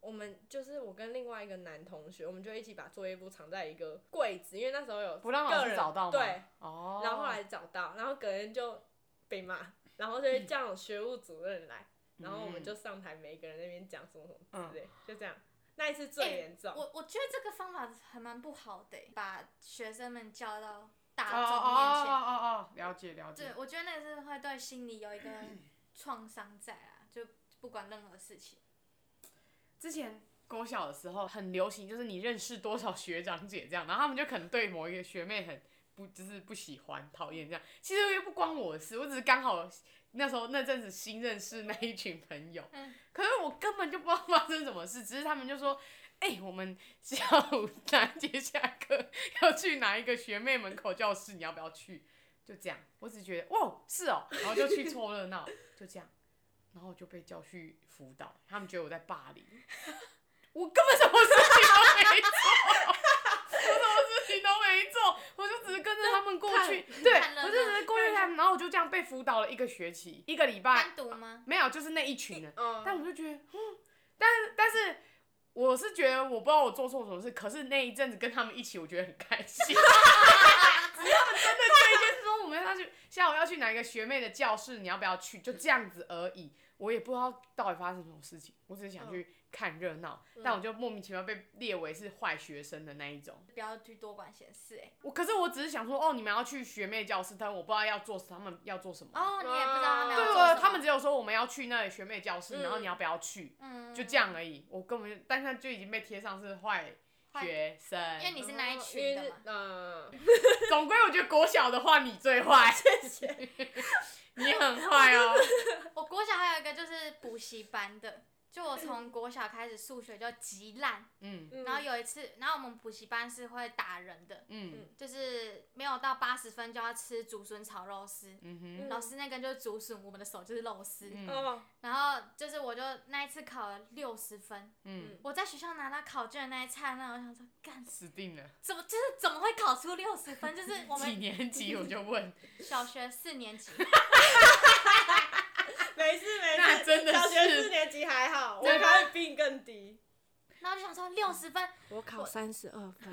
Speaker 5: 我们就是我跟另外一个男同学，我们就一起把作业簿藏在一个柜子，因为那时候有
Speaker 2: 不让老
Speaker 5: 个
Speaker 2: 师
Speaker 5: 人
Speaker 2: 找到吗？
Speaker 5: 对，，
Speaker 2: 哦，
Speaker 5: 然后后来找到，然后隔天就被骂，然后就会叫学务主任来，
Speaker 3: 嗯
Speaker 5: 然后我们就上台，每个人那边讲什么什么之类，就这样。那一次最严重，
Speaker 2: 哦
Speaker 3: 我我觉得这个方法还蛮不好的欸，把学生们叫到
Speaker 2: 哦
Speaker 3: 大
Speaker 2: 哦
Speaker 3: 众
Speaker 2: 哦
Speaker 3: 面前。
Speaker 2: 哦哦，了解了
Speaker 3: 对
Speaker 2: 解，，
Speaker 3: 我觉得那个是会对心理有一个创伤在啦，就不管任何事情。
Speaker 2: 之前。国小的时候很流行，就是你认识多少学长姐这样，然后他们就可能对某一个学妹很不，就是不喜欢、讨厌这样。其实又不关我的事，我只是刚好那时候那阵子新认识那一群朋友，
Speaker 3: 嗯
Speaker 2: 可是我根本就不知道发生什么事，只是他们就说，哎、我们下午哪节下课要去哪一个学妹门口教室，你要不要去？就这样，我只觉得哇是哦，然后就去凑热闹，就这样，然后就被叫去辅导，他们觉得我在霸凌，我根本什么事情都没做，我什么事情都没做，我就只是跟着他们过去，对
Speaker 3: 看热闹
Speaker 2: 我就只是过去他们，然后我就这样被辅导了一个学期，一个礼拜
Speaker 3: 单，独吗？
Speaker 2: 没有，就是那一群人，
Speaker 5: 嗯，
Speaker 2: 但我就觉得，嗯，但但是我是觉得我不知道我做错什么事，可是那一阵子跟他们一起，我觉得很开心。只要真的这一件事说我们要去下午要去哪一个学妹的教室，你要不要去？就这样子而已。我也不知道到底发生什么事情，我只是想去看热闹，但我就莫名其妙被列为是坏学生的那一种。
Speaker 3: 不要去多管闲事哎、
Speaker 2: 我可是我只是想说，哦，你们要去学妹教室，但我不知道要做他们要做什么。
Speaker 3: 哦，你也不知道他们要
Speaker 2: 啊对
Speaker 3: 做
Speaker 2: 对
Speaker 3: 什
Speaker 2: 对，
Speaker 3: 么
Speaker 2: 他们只有说我们要去那里学妹教室，然后你要不要去？
Speaker 3: 嗯
Speaker 2: 就这，样而已。我根本就，但他就已经被贴上是坏
Speaker 3: 坏
Speaker 2: 学生。
Speaker 3: 因为你是那一群
Speaker 5: 因为
Speaker 3: 的
Speaker 5: 是
Speaker 2: 哦
Speaker 3: 嘛。
Speaker 5: 嗯，
Speaker 2: 总归我觉得国小的话，你最
Speaker 3: <laughs>
Speaker 2: 坏，
Speaker 5: 谢谢。
Speaker 2: 你很坏哦。
Speaker 3: 我国小还有一个就是补习班的，就
Speaker 2: <clears throat>
Speaker 3: 我从国小开始数学就极烂，
Speaker 2: 嗯
Speaker 5: 嗯
Speaker 3: 然后有一次，然后我们补习班是会打人的，
Speaker 2: 嗯
Speaker 3: 就是没有到八十分就要吃竹笋炒肉丝。
Speaker 2: 嗯哼
Speaker 5: 嗯
Speaker 3: 老师那根就是竹笋，我们的手就是肉丝。
Speaker 2: 嗯
Speaker 5: 哦，
Speaker 3: 然后就是我就那一次考了六十分，
Speaker 2: 嗯，
Speaker 3: 我在学校拿到考卷的那一刹那，我想说，干
Speaker 2: 死定了。
Speaker 3: 怎么就是怎么会考出六十分？就是我
Speaker 2: <laughs> 几
Speaker 3: 们
Speaker 2: 年级我就
Speaker 3: <laughs>
Speaker 2: 问，
Speaker 3: 小学四年级，
Speaker 5: 没事没事，
Speaker 2: 那真的是
Speaker 5: 小学四年级还好，我
Speaker 2: 真的
Speaker 5: 还会比你更低。
Speaker 3: 然后就想说六十分，
Speaker 5: 我考三十二分，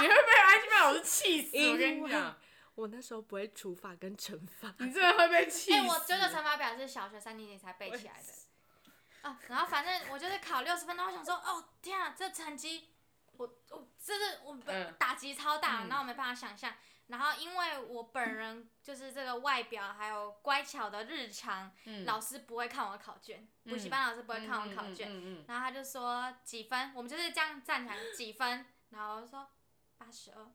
Speaker 2: 你会被安静班老师气死。我跟你
Speaker 3: <laughs>
Speaker 2: 讲，
Speaker 5: 我那时候不会除法跟乘法。
Speaker 2: 你真的会被气
Speaker 3: 哎、
Speaker 2: 死。
Speaker 3: 我九九乘法表是小学三年级才背起来的啊。然后反正我就是考六十分，然后我想说，哦天啊，这成绩，我我真的我
Speaker 2: 嗯
Speaker 3: 打击超大，
Speaker 2: 嗯
Speaker 3: 然后我没办法想象。然后因为我本人就是这个外表还有乖巧的日常，
Speaker 2: 嗯
Speaker 3: 老师不会看我考卷，补习
Speaker 2: 嗯
Speaker 3: 班老师不会看我考卷，
Speaker 2: 嗯嗯
Speaker 3: 然后他就说几分，我们就是这样站起来几分，哦
Speaker 2: <laughs>
Speaker 3: 然后我就说八十二，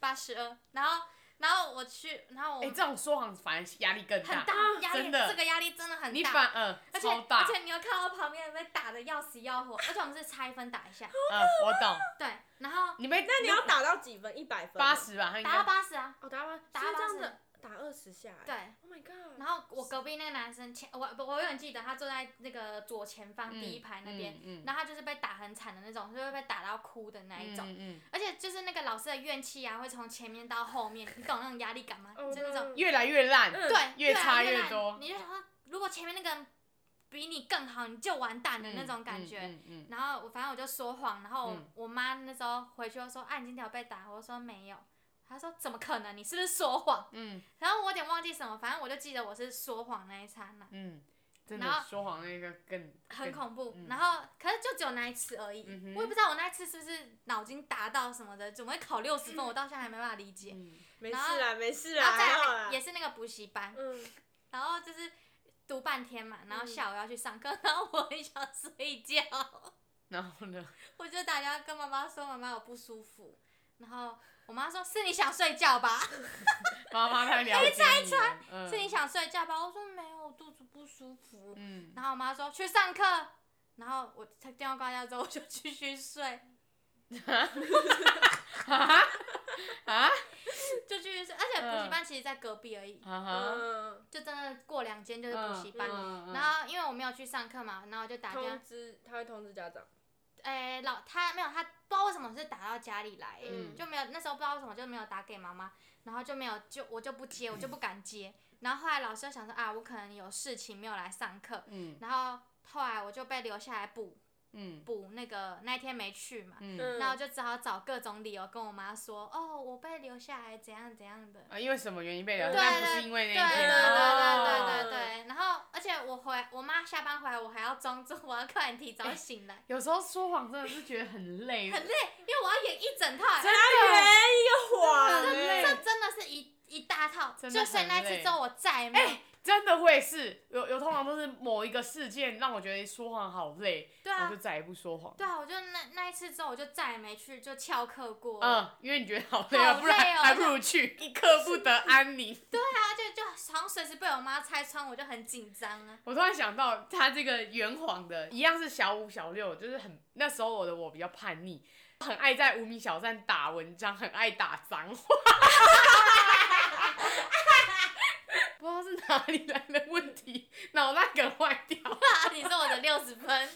Speaker 3: 八十二，然后然后我去，然后我
Speaker 2: 哎、这种说谎反而压力更
Speaker 3: 哦很
Speaker 2: 大，
Speaker 3: 大压力，
Speaker 2: 真的
Speaker 3: 这个压力真的很
Speaker 2: 你
Speaker 3: 大。
Speaker 2: 反呃
Speaker 3: 而且
Speaker 2: 超大
Speaker 3: 而，且你又看到旁边人被打的要死要活，而且我们是拆分打一
Speaker 2: <gasps>
Speaker 3: 下，
Speaker 2: 嗯，我懂，
Speaker 3: 对，然后
Speaker 2: 你们
Speaker 5: 那你要打到几分？一百分吗？
Speaker 2: 八十吧，他应
Speaker 3: 打到
Speaker 2: 该
Speaker 3: 八十啊，
Speaker 5: 哦，打完
Speaker 3: 打
Speaker 5: 是这样
Speaker 3: 80
Speaker 5: 子，打二十下、欸。
Speaker 3: 对，
Speaker 5: ，Oh my god！
Speaker 3: 然后我隔壁那个男生前，我我我永远记得他坐在那个左前方
Speaker 2: 嗯
Speaker 3: 第一排那边，
Speaker 2: 嗯
Speaker 3: 然后他就是被打很惨的那种，就是被打到哭的那一种，
Speaker 2: 嗯嗯
Speaker 3: 而且就是那个老师的怨气啊，会从前面到后面，你懂那种压力感吗？
Speaker 5: 哦
Speaker 3: 就那种
Speaker 2: 嗯，越来越烂，
Speaker 5: 嗯
Speaker 3: 对，
Speaker 2: 越
Speaker 3: 来
Speaker 2: 差
Speaker 3: 越
Speaker 2: 越
Speaker 3: 烂
Speaker 2: 多
Speaker 3: 你就想说，如果前面那个人比你更好，你就完蛋的那种感觉。
Speaker 2: 嗯嗯
Speaker 3: 然后我反正我就说谎，然后我,、
Speaker 2: 嗯
Speaker 3: 妈那时候回去就说：“啊，你今天有被打？”我说没有。她说：“怎么可能？你是不是说谎
Speaker 2: 嗯？”
Speaker 3: 然后我有点忘记什么，反正我就记得我是说谎那一刹那，
Speaker 2: 嗯，真
Speaker 3: 然
Speaker 2: 的
Speaker 3: 后
Speaker 2: 说谎那个更
Speaker 3: 很
Speaker 2: 更
Speaker 3: 恐怖。
Speaker 2: 嗯
Speaker 3: 然后可是就只有那一次而已，
Speaker 2: 嗯哼
Speaker 3: 我也不知道我那一次是不是脑筋达到什么的，怎么会考六十分？我到现在还没办法理解。
Speaker 2: 嗯
Speaker 5: 没事啦，没事
Speaker 3: 然
Speaker 5: 啦，
Speaker 3: 后
Speaker 5: 还好
Speaker 3: 再
Speaker 5: 啦
Speaker 3: 来。也是那个补习班，
Speaker 5: 嗯，
Speaker 3: 然后就是读半天嘛，然后
Speaker 5: 嗯
Speaker 3: 下午要去上课，然后我很想睡觉，
Speaker 2: 然后呢？
Speaker 3: 我就打电话跟妈妈说：“妈妈，我不舒服。”然后我妈说：“是你想睡觉吧？
Speaker 2: 妈妈太了解你了，嗯
Speaker 3: 是你想睡觉吧？”我说：“没有，我肚子不舒服。
Speaker 2: 嗯，
Speaker 3: 然后我妈说：“去上课。”然后我才电话挂掉之后，我就继续睡， <laughs>
Speaker 2: 啊啊嗯
Speaker 3: 就继续睡。而且补习班其实在隔壁而已，
Speaker 2: 啊！
Speaker 5: 嗯，
Speaker 3: 就真的过两间就是补习班。
Speaker 2: 嗯
Speaker 3: 然后因为我没有去上课嘛，然后我就打电话
Speaker 5: 通，知他会通知家长。
Speaker 3: 哎、老他没有他不知道为什么是打到家里来、
Speaker 2: 嗯
Speaker 3: 就没有那时候不知道为什么就没有打给妈妈，然后就没有就我就不接，我就不敢接。然后后来老师就想说啊，我可能有事情没有来上课，
Speaker 2: 嗯
Speaker 3: 然后后来我就被留下来补
Speaker 2: 嗯
Speaker 3: 补那个那一天没去嘛，
Speaker 2: 嗯
Speaker 5: 嗯，
Speaker 3: 然后我就只好找各种理由跟我妈说，哦，我被留下来怎样怎样的。
Speaker 2: 啊，因为什么原因被聊？
Speaker 5: 对
Speaker 2: 但不是因为那
Speaker 3: 对
Speaker 2: 一天
Speaker 3: 对对对对对
Speaker 2: 哦
Speaker 3: 对，然后而且我回我妈下班回来，我还要装作我要快点
Speaker 2: <laughs>
Speaker 3: 提早醒来，
Speaker 2: 有时候说谎真的是觉得很累，
Speaker 3: 很累，因为我要演一整套、欸
Speaker 2: 啊
Speaker 5: 真圆一个谎
Speaker 2: 真的
Speaker 5: 欸，
Speaker 3: 这真的是一一大套，
Speaker 2: 真的
Speaker 3: 就
Speaker 2: 很
Speaker 3: 所以那次
Speaker 2: 累哎
Speaker 3: 之后我再也没有。
Speaker 2: 真的会是有有通常都是某一个事件让我觉得说谎好累，
Speaker 3: 对啊
Speaker 2: 我就再也不说谎。
Speaker 3: 对啊，我就那那一次之后我就再也没去，就翘课过。
Speaker 2: 嗯，因为你觉得好累啊，
Speaker 3: 好
Speaker 2: 不然
Speaker 3: 累哦
Speaker 2: 还不如
Speaker 3: <laughs>
Speaker 2: 去一刻不得安宁。 <laughs>
Speaker 3: 对啊，就就好像随时被我妈拆穿，我就很紧张啊。 <laughs>
Speaker 2: 我突然想到，他这个圆谎的，一样是小五小六，就是很那时候我的我比较叛逆，很爱在无名小站打文章，很爱打脏话。 <laughs> 不知道是哪里来的问题，脑袋梗坏掉。
Speaker 3: 你说我的六十分，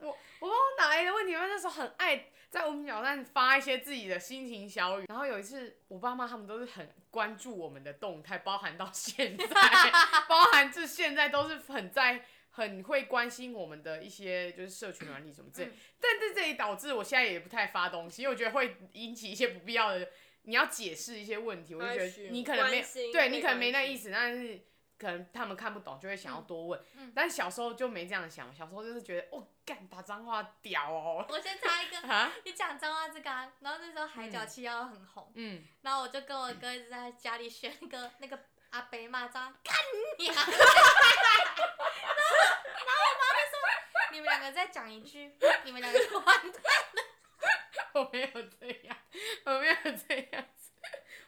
Speaker 2: 我不知道哪来的问题，因为那时候很爱在无名小站发一些自己的心情小语。然后有一次，我爸妈他们都是很关注我们的动态，包含到现
Speaker 5: <laughs>
Speaker 2: 在，包含至现在都是很在。很会关心我们的一些就是社群软体什么之类，
Speaker 3: 嗯
Speaker 2: 但是这也导致我现在也不太发东西，因为我觉得会引起一些不必要的，你要解释一些问题，我就觉
Speaker 5: 关
Speaker 2: 得
Speaker 5: 心
Speaker 2: 你可能没有
Speaker 5: 哎关心
Speaker 2: 对
Speaker 5: 被
Speaker 2: 你可能没那
Speaker 5: 关心
Speaker 2: 意思，但是可能他们看不懂，就会想要多问。
Speaker 3: 嗯嗯
Speaker 2: 但小时候就没这样想，小时候就是觉得哦，干打脏话屌
Speaker 3: <laughs>
Speaker 2: 哦
Speaker 3: 我先插一个。
Speaker 2: 啊，
Speaker 3: 你讲脏话这个、啊，然后那时候海角七号很红，
Speaker 2: 嗯，
Speaker 3: 然后我就跟我哥一直在家里学那个那个阿北骂脏，干你、啊！ <laughs> 然后然后我妈就说，你们两个再讲一句，你们两个就完蛋。
Speaker 2: 我没有这样，我没有这样子，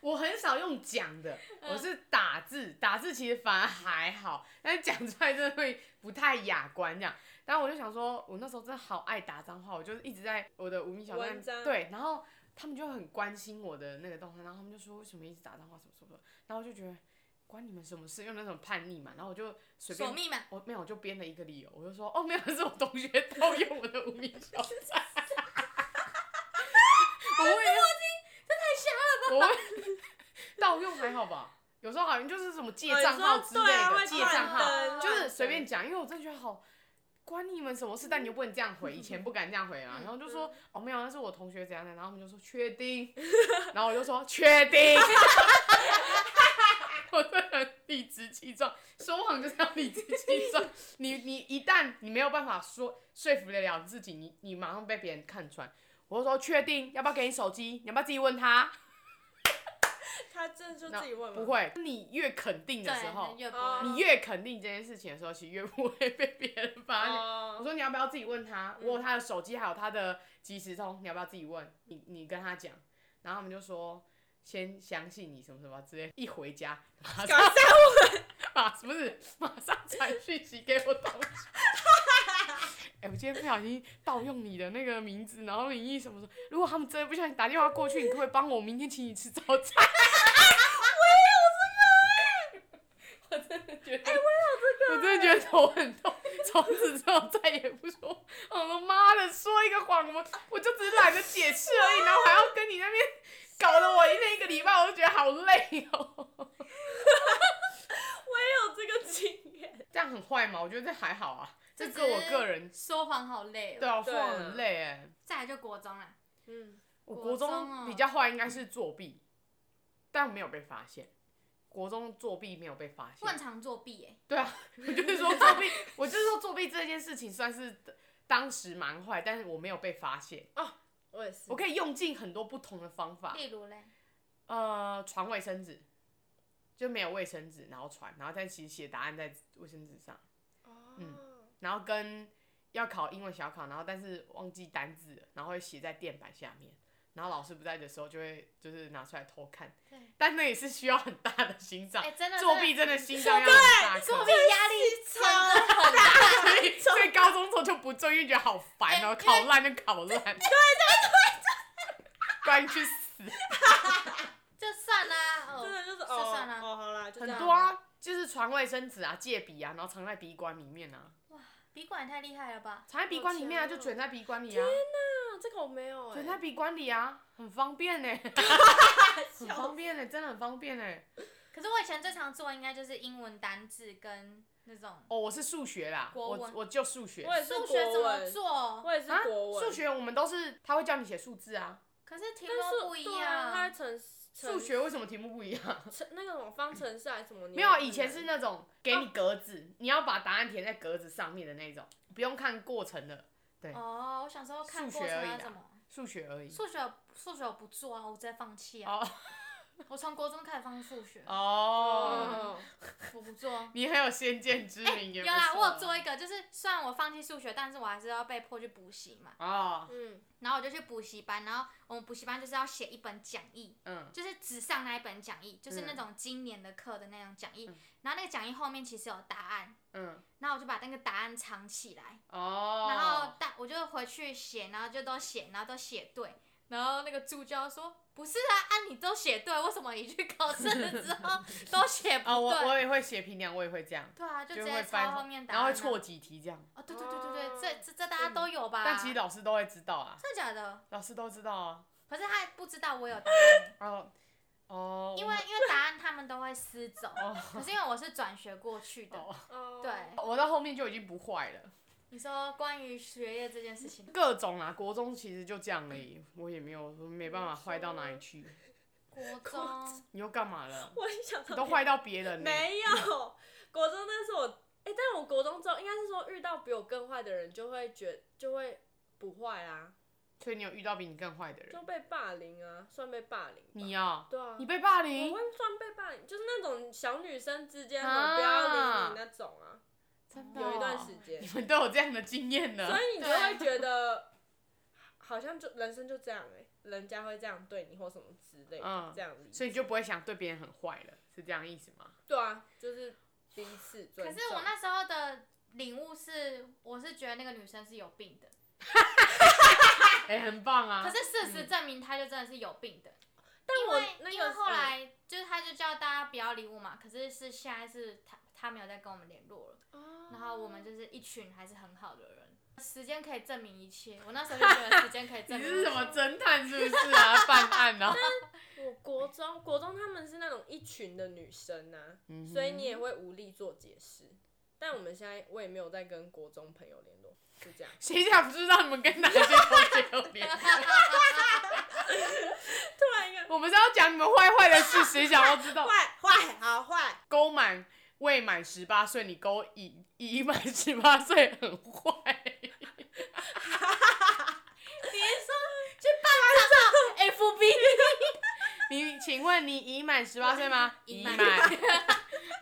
Speaker 2: 我很少用讲的，我
Speaker 5: 嗯
Speaker 2: 是打字，打字其实反而还好，但是讲出来真的会不太雅观这样。然后我就想说，我那时候真的好爱打脏话，我就是一直在我的无名小
Speaker 5: 文章
Speaker 2: 站对，然后他们就很关心我的那个动态，然后他们就说为什么一直打脏话什么什么的，然后我就觉得关你们什么事，用那种叛逆嘛，然后我就
Speaker 3: <laughs>
Speaker 2: 随
Speaker 3: 锁
Speaker 2: 便
Speaker 3: 密码。
Speaker 2: 我没有，我就编了一个理由，我就说哦，没有，是我同学盗用我的无名小站。我为了，这太瞎了吧！我为 <laughs> 盗用还好吧，有时候好像就是什么
Speaker 5: 哦
Speaker 2: 借账号之类
Speaker 5: 对啊
Speaker 2: 的，
Speaker 5: 会啊
Speaker 2: 借
Speaker 5: 断
Speaker 2: 账号
Speaker 5: 灯
Speaker 2: 就
Speaker 5: 乱
Speaker 2: 是
Speaker 5: 灯
Speaker 2: 随便讲，因为我真的觉得好。关你们什么事？但你又不能这样回，以前不敢这样回啊。
Speaker 5: 嗯
Speaker 2: 然后就说哦没有，那是我同学怎样的，然后他们就说确
Speaker 5: <laughs>
Speaker 2: 定，然后我就说确定， <laughs> 我真的很理直气壮，说谎就是要理直气壮。你你一旦你没有办法说说服得了自己，你你马上被别人看穿。我就说确定，要不要给你手机？你要不要自己问他？
Speaker 5: 他真的就自己问吗？
Speaker 2: 不，会，你越肯定的时候
Speaker 3: 对，，越不会
Speaker 2: 你越肯定这件事情的时候，其实越不会被别人发现。我
Speaker 5: 哦，嗯
Speaker 2: 说你要不要自己问他？我有他的手机，还有他的即时通，你要不要自己问？你你跟他讲，然后他们就说先相信你什么什么之类。一回家，马
Speaker 5: 搞
Speaker 2: 上
Speaker 5: 笑我，
Speaker 2: 马不是马上传讯息给我同
Speaker 4: <laughs>
Speaker 2: 学。哎、我今天不小心盗用你的那个名字，然后你一什么说，如果他们真的不小心打电话过去，你可不可以帮我明天请你吃早餐？
Speaker 4: 哎我真的觉得，
Speaker 2: 我真的觉得头很痛，从此之后再也不说。我说妈的，说一个谎，我我就只是懒得解释而已，然后还要跟你那边搞得我那一个礼拜，我都觉得好累哦。
Speaker 5: 我也有这个经验。
Speaker 2: 这样很坏吗？我觉得这还好啊，
Speaker 3: 这
Speaker 2: 这个我
Speaker 3: 只是
Speaker 2: 个人
Speaker 3: 说谎好累哦。
Speaker 2: 对啊，
Speaker 5: 对
Speaker 2: 说很累哎、
Speaker 3: 再来就国中啊啦，
Speaker 5: 嗯，
Speaker 2: 我
Speaker 3: 国
Speaker 2: 国
Speaker 3: 中哦
Speaker 2: 中比较坏，应该是作弊，但没有被发现。国中作弊没有被发
Speaker 3: 我很
Speaker 2: 现，
Speaker 3: 常作弊哎、
Speaker 2: 对啊，我就是说作弊，我就是说作弊这件事情算是当时蛮坏，但是我没有被发现。
Speaker 5: 我也是。
Speaker 2: 我可以用尽很多不同的方法，
Speaker 3: 例如嘞，
Speaker 2: 呃，传卫生纸，就没有卫生纸，然后传，然后但其实写答案在卫生纸上，
Speaker 5: 嗯，
Speaker 2: 然后跟要考英文小考，然后但是忘记单字了，然后会写在垫板下面，然后老师不在的时候就会就是拿出来偷看
Speaker 3: 对，
Speaker 2: 但那也是需要很大的心脏，
Speaker 3: 哎真的
Speaker 2: 啊作弊真的心脏要很大颗，
Speaker 3: 作弊压力真
Speaker 5: 啊
Speaker 3: 的 <laughs> 很大。
Speaker 2: 所以所以高中时候就不做，因为觉得好烦哦、
Speaker 3: 哎
Speaker 2: 考烂就考烂，对对对 <laughs> 关你去死。
Speaker 3: 这算啦，哦
Speaker 5: 真的就是
Speaker 3: 这
Speaker 5: 哦
Speaker 3: 算啦
Speaker 5: 哦，好啦，就这
Speaker 2: 很
Speaker 5: 样
Speaker 2: 多啊，就是传卫生纸啊、借笔啊，然后藏在笔管里面啊，
Speaker 3: 笔管也太厉害了吧？
Speaker 2: 藏在笔管里面啊，
Speaker 5: 好强哦
Speaker 2: 就卷在笔管里啊，
Speaker 5: 啊这个我没有哎、
Speaker 2: 卷在笔管里啊，很方便呢、很方便呢、真的很方便欸呢、
Speaker 3: 可是我以前最常做应该就是英文单字跟那种
Speaker 2: 哦，我是数学啦，
Speaker 3: 国
Speaker 2: 我
Speaker 3: 文
Speaker 2: 我就数学
Speaker 5: 我也是
Speaker 3: 数学怎
Speaker 5: 国
Speaker 3: 么
Speaker 5: 文，
Speaker 3: 做，
Speaker 5: 我也是
Speaker 2: 啊，
Speaker 5: 国文，
Speaker 2: 数学我们都是他会叫你写数字啊，
Speaker 3: 可是题
Speaker 5: 但是
Speaker 3: 目不一
Speaker 5: 对啊它
Speaker 3: 样。
Speaker 5: 成
Speaker 2: 数学为什么题目不
Speaker 3: <laughs>
Speaker 2: 一样？
Speaker 5: 成那个什么方程式还是什么？
Speaker 2: 没有，啊以前是那种给你格子，你要把答案填在格子上面的那种，不用看过程的
Speaker 3: 哦，我小时候看
Speaker 2: 数学
Speaker 3: 过程
Speaker 2: 而已
Speaker 3: 要
Speaker 2: 啦
Speaker 3: 怎么？
Speaker 2: 数学而已。
Speaker 3: 数学数学我不做啊，我直接放弃啊。
Speaker 2: 哦
Speaker 3: <laughs> 我从国中开始放弃数学，
Speaker 2: 哦，
Speaker 5: 哦，
Speaker 3: 我不做。
Speaker 2: 你很有先见之
Speaker 3: 哎、
Speaker 2: 明，也
Speaker 3: 有
Speaker 2: 不
Speaker 3: 啦，
Speaker 2: 错
Speaker 3: 我
Speaker 2: 啊
Speaker 3: 有做一个，就是虽然我放弃数学，但是我还是要被迫去补习嘛。
Speaker 2: 哦，
Speaker 5: 嗯，
Speaker 3: 然后我就去补习班，然后我们补习班就是要写一本讲义，
Speaker 2: 嗯，
Speaker 3: 就是只上那一本讲义，就是那种今年的课的那种讲义。
Speaker 2: 嗯
Speaker 3: 然后那个讲义后面其实有答案，
Speaker 2: 嗯，
Speaker 3: 然后我就把那个答案藏起来，
Speaker 2: 哦，
Speaker 3: 然后但我就回去写，然后就都写，然后都写对。然后那个助教说：“不是啊，啊你都写对，为什么你去考试的时候都写不对？”
Speaker 2: 哦，我 <laughs> 我也会写平量，我也会这样，
Speaker 3: 对啊，就直
Speaker 2: 会
Speaker 3: 接
Speaker 2: 翻
Speaker 3: 抄后面答
Speaker 2: 然
Speaker 3: 案、啊，
Speaker 2: 后会错。几题这样，
Speaker 3: 哦，对对对对对，
Speaker 5: 哦
Speaker 3: 这这这大家都有吧？
Speaker 2: 但其实老师都会知道啊，
Speaker 3: 真的假的？
Speaker 2: 老师都知道啊，
Speaker 3: 可是他不知道我有答案，
Speaker 2: 哦，哦，
Speaker 3: 因为因为答案他们都会撕走。
Speaker 2: <laughs> 哦
Speaker 3: 可是因为我是转学过去的，
Speaker 2: 哦，
Speaker 5: 哦
Speaker 3: 对。
Speaker 2: <laughs> 我到后面就已经不坏了，
Speaker 3: 你说关于学业这件事情，
Speaker 2: 各种啊，国中其实就这样而已，我也没有没办法坏到哪里去，
Speaker 3: 国
Speaker 2: <laughs>
Speaker 3: 中
Speaker 2: 你又干嘛了？
Speaker 5: 我一想
Speaker 2: 你
Speaker 5: 到
Speaker 2: 都坏到别人呢，
Speaker 5: 没有，国中那是我，哎、但我国中之后，应该是说遇到比我更坏的人，就会觉就会不坏啦，
Speaker 2: 所以你有遇到比你更坏的人
Speaker 5: 就，被霸凌啊，算被霸凌吧。
Speaker 2: 你啊，
Speaker 5: 对啊，
Speaker 2: 你被霸
Speaker 5: 我
Speaker 2: 凌，
Speaker 5: 会算被霸凌，就是那种小女生之间
Speaker 2: 啊
Speaker 5: 的不要理你那种啊，
Speaker 2: 真的哦
Speaker 5: 有一段时间
Speaker 2: 你，们都有这样的经验呢
Speaker 5: 所，以你就会觉得好像就人生就这样哎、人家会这样对你或什么之类的，
Speaker 2: 嗯
Speaker 5: 这样理解
Speaker 2: 所以你就不会想对别人很坏了，是这样意思吗？
Speaker 5: 对啊，就是第一次尊
Speaker 3: 可
Speaker 5: 重。
Speaker 3: 是我那时候的领悟是，我是觉得那个女生是有病的。
Speaker 2: 哎，很棒啊，
Speaker 3: 可是事实证明，她就真的是有病的。
Speaker 5: 嗯但
Speaker 3: 因
Speaker 5: 我
Speaker 3: 为、
Speaker 5: 那个
Speaker 3: 因为后
Speaker 5: 嗯
Speaker 3: 来就是她就叫大家不要理我嘛，可是是现在是她她没有再跟我们联络了，
Speaker 5: 哦
Speaker 3: 然后我们就是一群还是很好的人。时间可以证明一切，我那时候就觉得时间可以证
Speaker 2: 你
Speaker 3: 明。
Speaker 2: 是什么？侦探是不是啊？ <laughs> 犯案啊？
Speaker 5: 我国中，国中他们是那种一群的女生呐、
Speaker 2: 嗯哼
Speaker 5: 所以你也会无力做解释。但我们现在我也没有在跟国中朋友联络，就
Speaker 3: <laughs>
Speaker 5: 这样。
Speaker 2: <laughs> 谁想知道你们跟哪些同学有联 <laughs> 系？
Speaker 5: 突然一个
Speaker 2: 我们是要讲你们坏坏的事，谁想要知道？
Speaker 5: 坏坏好坏，
Speaker 2: 勾满未满十八岁，你勾已已满十八岁，很坏。
Speaker 3: 别说去办账号 FB，
Speaker 2: 你请问你已满十八岁吗？
Speaker 3: 已
Speaker 2: 已
Speaker 3: 满
Speaker 2: 满，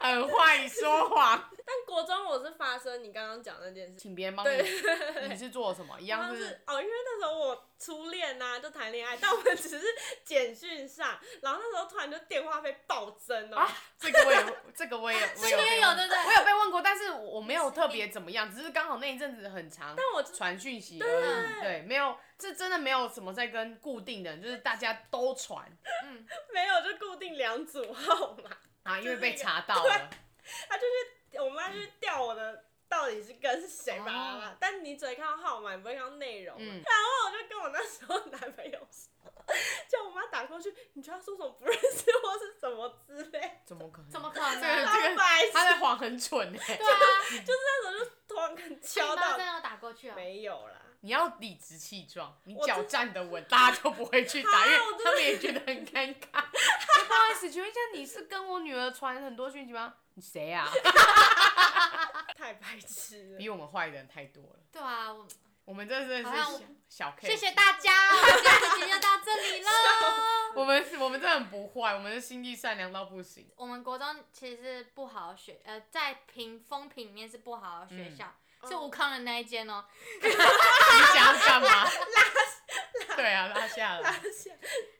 Speaker 2: 很坏，你说谎。
Speaker 5: <laughs> 但国国中我是发生你刚刚讲那件事，
Speaker 2: 请别人帮
Speaker 5: 对
Speaker 2: 你，你是做什么？一
Speaker 5: 好
Speaker 2: 样
Speaker 5: 像
Speaker 2: 是
Speaker 5: 是哦，因为那时候我初恋呐、就
Speaker 3: <laughs>
Speaker 5: 谈恋爱，但我们只是简讯上，然后那时候突然就电话费暴增哦，
Speaker 2: 啊，这个我也，这个我也，我有
Speaker 3: 也
Speaker 2: 被
Speaker 3: 有
Speaker 2: 问
Speaker 3: 对不对？
Speaker 2: 我有被问过，但是我没有特别怎么样，只是刚好那一阵子很长，
Speaker 5: 但我就
Speaker 2: 传讯息而已，对，没有，这真的没有什么在跟固定的人，就是大家都传
Speaker 3: 嗯，
Speaker 5: 没有就固定两组号码，
Speaker 2: 啊，因为被
Speaker 5: 就是一个
Speaker 2: 查到了，
Speaker 5: 他就是我妈就是调我的到底是跟谁吧、
Speaker 2: 哦
Speaker 5: 但你只会看到号码，你不会看到内容嘛。
Speaker 2: 嗯
Speaker 5: 然后我就跟我那时候男朋友说，叫我妈打过去，你觉得他说什么不认识或是什么之类，
Speaker 2: 怎么可能？
Speaker 3: 怎么可能？
Speaker 2: 这个
Speaker 5: 超
Speaker 2: 这个
Speaker 5: 白
Speaker 2: 他
Speaker 5: 痴。
Speaker 2: 在谎很蠢哎、
Speaker 3: 对啊，
Speaker 2: <laughs>
Speaker 5: 那时候就突然很
Speaker 3: 你
Speaker 5: 敲
Speaker 3: 妈
Speaker 5: 到
Speaker 3: 真，的有打过去哦。
Speaker 5: 没有啦。
Speaker 2: 你要理直气壮，你
Speaker 5: 我
Speaker 2: 脚
Speaker 5: 真
Speaker 2: 站得稳，大家就不会去打，因为
Speaker 5: 啊我真的
Speaker 2: 他们也觉得很尴尬。哎不好意思，请问一下，你是跟我女儿传很多讯息吗？你谁啊？
Speaker 5: 太白痴了。
Speaker 2: 比我们坏的人太多了，
Speaker 3: 对啊，我
Speaker 2: 我们这真的
Speaker 3: 好像
Speaker 2: 是
Speaker 3: 我
Speaker 2: 小小 K。
Speaker 3: 谢谢大家，我们今天这集就到这里喽。
Speaker 2: 我们我们真的很不坏，我们的心地善良到不行。
Speaker 3: <laughs> 我们国中其实是不好的学，呃，在评风评里面是不好的学校，
Speaker 5: 嗯
Speaker 3: 是吴康仁那一间哦。
Speaker 2: <laughs> 你想要干嘛？ <laughs> 对啊，拉下来。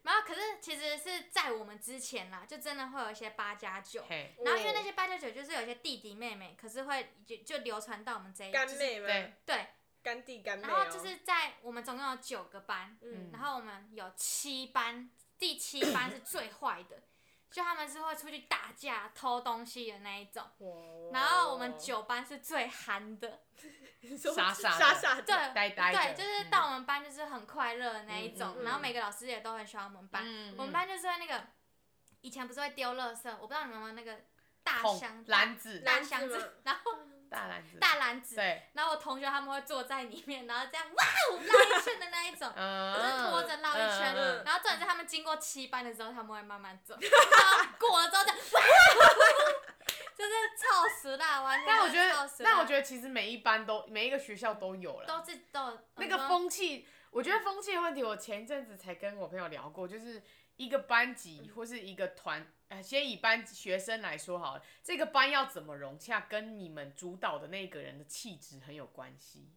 Speaker 3: 然后可是其实是在我们之前啦，就真的会有一些八加九。
Speaker 2: 嘿，
Speaker 3: 然后因为那些八加九就是有一些弟弟妹妹，可是会就就流传到我们这一
Speaker 5: 嗯干
Speaker 3: 就是
Speaker 5: 妹嘛，
Speaker 2: 对
Speaker 3: 对，
Speaker 5: 干弟干妹、
Speaker 3: 然
Speaker 5: 哦。
Speaker 3: 后就是在我们总共有九个班，
Speaker 5: 嗯
Speaker 3: 然后我们有七班，第七班是最坏
Speaker 5: <coughs>
Speaker 3: 的，就他们是会出去打架、偷东西的那一种。
Speaker 5: 哇
Speaker 3: 然后我们九班是最憨的，
Speaker 5: 你说
Speaker 2: 傻傻的
Speaker 5: 傻傻
Speaker 3: 对
Speaker 5: 的，，
Speaker 2: 呆呆的嗯
Speaker 3: 对，就是到我们班就是很快乐的那一种，
Speaker 5: 嗯嗯嗯嗯
Speaker 3: 然后每个老师也都很喜欢我们班。
Speaker 2: 嗯
Speaker 3: 我们班就是会那个以前不是会丢垃圾，我不知道你们有没有那个大
Speaker 2: 桶
Speaker 3: 箱
Speaker 2: 篮子
Speaker 3: 大
Speaker 5: 篮子
Speaker 3: 箱
Speaker 5: 吗
Speaker 3: 子，然后
Speaker 2: 大篮子，
Speaker 3: 大篮子，
Speaker 2: 对，。
Speaker 3: 然后我同学他们会坐在里面，然后这样哇哦绕一圈的那一种
Speaker 2: 嗯，
Speaker 3: 就是拖着绕一圈，
Speaker 5: 嗯嗯
Speaker 3: 然后重点是他们经过七班的时候，他们会慢慢走，然后过了之后就，就是超时啦，完全
Speaker 2: 但我觉
Speaker 3: <laughs> 超
Speaker 2: 得，
Speaker 3: 时
Speaker 2: 但
Speaker 3: 啦
Speaker 2: 我觉得其实每一班都每一个学校都有了，
Speaker 3: 都是都有
Speaker 2: 那个
Speaker 3: 嗯
Speaker 2: 风气，我觉得风气的问题，我前一阵子才跟我朋友聊过，就是一个班级或是一个团，呃，先以班学生来说好了，这个班要怎么融洽，跟你们主导的那个人的气质很有关系。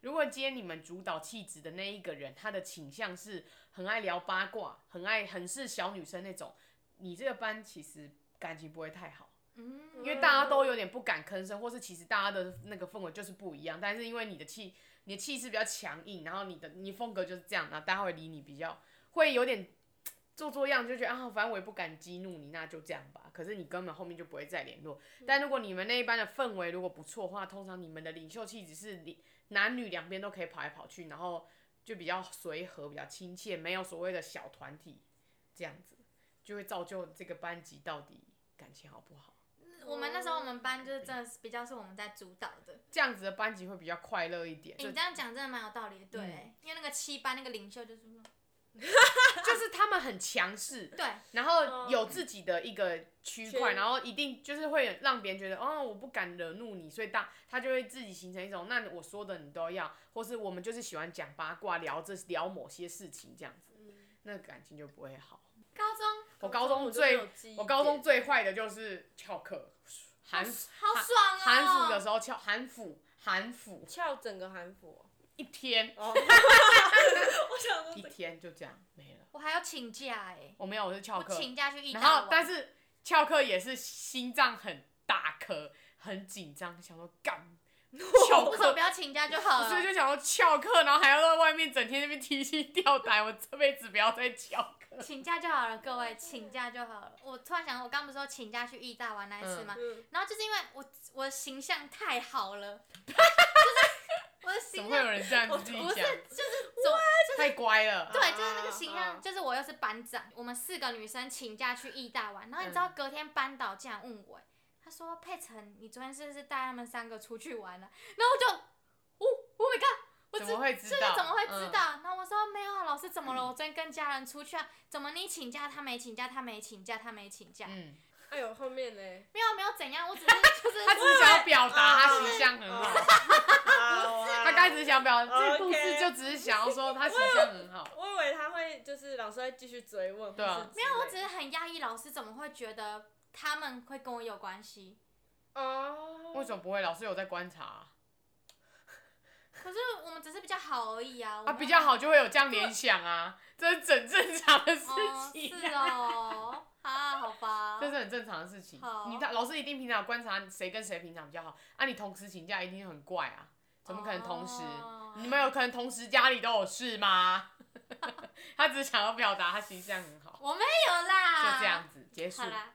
Speaker 2: 如果今天你们主导气质的那一个人，他的倾向是很爱聊八卦，很爱很是小女生那种，你这个班其实感情不会太好。
Speaker 3: 嗯，
Speaker 2: 因为大家都有点不敢吭声，或是其实大家的那个氛围就是不一样，但是因为你的气，你的气势比较强硬，然后你的你风格就是这样，然后大家会离你比较会有点嘖做做样，就觉得啊，反正我也不敢激怒你，那就这样吧。可是你根本后面就不会再联络。但如果你们那一班的氛围如果不错的话，通常你们的领袖气质是你男女两边都可以跑来跑去，然后就比较随和，比较亲切，没有所谓的小团体这样子，就会造就这个班级到底感情好不好。
Speaker 3: 我们那时候我们班就是真的是比较是我们在主导的。
Speaker 2: 这样子的班级会比较快乐一点，就
Speaker 3: 欸
Speaker 2: 嗯
Speaker 3: 你这样讲真的蛮有道理的，对，因为那个七班那个领袖就是说
Speaker 2: 就是他们很强势，
Speaker 3: 对，
Speaker 2: 然后有自己的一个区块，
Speaker 5: 圈
Speaker 2: 然后一定就是会让别人觉得，哦，我不敢惹怒你，所以大他就会自己形成一种，那我说的你都要，或是我们就是喜欢讲八卦，聊这聊某些事情这样子，那感情就不会好。
Speaker 3: 高中
Speaker 2: 我高中最我高中最坏的就是翘课，韩
Speaker 3: 好爽哦，
Speaker 2: 韩辅的时候翘韩辅韩辅
Speaker 5: 翘整个韩服哦、
Speaker 2: 一天
Speaker 5: 哦，我想说
Speaker 2: 一
Speaker 5: 这
Speaker 2: 天就这样没了，
Speaker 3: 我还要请假哎、
Speaker 2: 我没有我是翘
Speaker 3: 我
Speaker 2: 课，
Speaker 3: 请假去义大
Speaker 2: 然后
Speaker 3: 玩，
Speaker 2: 但是翘课也是心脏很大颗，很紧张，想说
Speaker 3: <laughs>
Speaker 2: 干翘
Speaker 3: 为什么
Speaker 2: 课
Speaker 3: 哦不，要请假就好了？
Speaker 2: 所以就想说翘课，然后还要在外面整天那边提心吊胆，我这辈子不要再翘课。
Speaker 3: 请假就好了，各位请假就好了。我突然想，我刚不是说请假去义大玩那一次吗？
Speaker 5: 嗯
Speaker 3: 然后就是因为我我的形象太
Speaker 2: <laughs>
Speaker 3: 好了，就是我的
Speaker 2: 怎
Speaker 3: 形
Speaker 2: 么会有
Speaker 3: 象
Speaker 2: 人这样子自己
Speaker 3: 不是
Speaker 2: 讲？
Speaker 3: 就是总
Speaker 2: 太乖了。
Speaker 3: 对，
Speaker 5: 啊
Speaker 3: 就是那个形
Speaker 2: 啊
Speaker 3: 象，就是我又是班长，我们四个女生请假去义大玩，然后你知
Speaker 2: 嗯
Speaker 3: 道隔天班导竟然问我、欸，他说佩晨，你昨天是不是带他们三个出去玩了、然后我就，哦，Oh my god，我
Speaker 2: 怎
Speaker 3: 知
Speaker 2: 么会知
Speaker 3: 这
Speaker 2: 道
Speaker 3: 个怎么会知
Speaker 2: 嗯
Speaker 3: 道？然后我说没有啊，老师怎么了？我昨天跟家人出去啊，怎么你请假，他没请假，他没请假，他没请假，
Speaker 2: 嗯，
Speaker 5: 哎呦，后面呢？
Speaker 3: 没有没有怎样，我
Speaker 2: <laughs>
Speaker 3: 只是就是啊
Speaker 2: 他只是想要表达他
Speaker 5: 我以为
Speaker 2: 形象很好，啊他
Speaker 5: 他
Speaker 2: 刚才只是想表达，这
Speaker 5: OK
Speaker 2: 故事就只是想要说他形象很好。
Speaker 5: 我以为他会就是老师会继续追问，
Speaker 2: 对啊
Speaker 5: 没有，
Speaker 3: 我只是很压抑，老师怎么会觉得他们会跟我有关系？
Speaker 5: 哦，
Speaker 2: 为什么不会？老师有在观察啊，
Speaker 3: 可是我们只是比较好而已啊。我
Speaker 2: 啊
Speaker 3: 们
Speaker 2: 比较好就会有这样联想啊，这是很正常的事
Speaker 3: 哦，
Speaker 2: 情
Speaker 3: 是
Speaker 2: 啊、
Speaker 3: 哦，啊，好吧。
Speaker 2: <laughs> 这是很正常的事情。
Speaker 3: 好
Speaker 2: 你大老师一定平常有观察谁跟谁平常比较好啊，你同时请假一定很怪啊，怎么可能同时？
Speaker 3: 哦
Speaker 2: 你们有可能同时家里都有事吗？ <laughs> 他只是想要表达他形象很好，
Speaker 3: 我没有啦。
Speaker 2: 就这样。子结束
Speaker 3: 好。啦，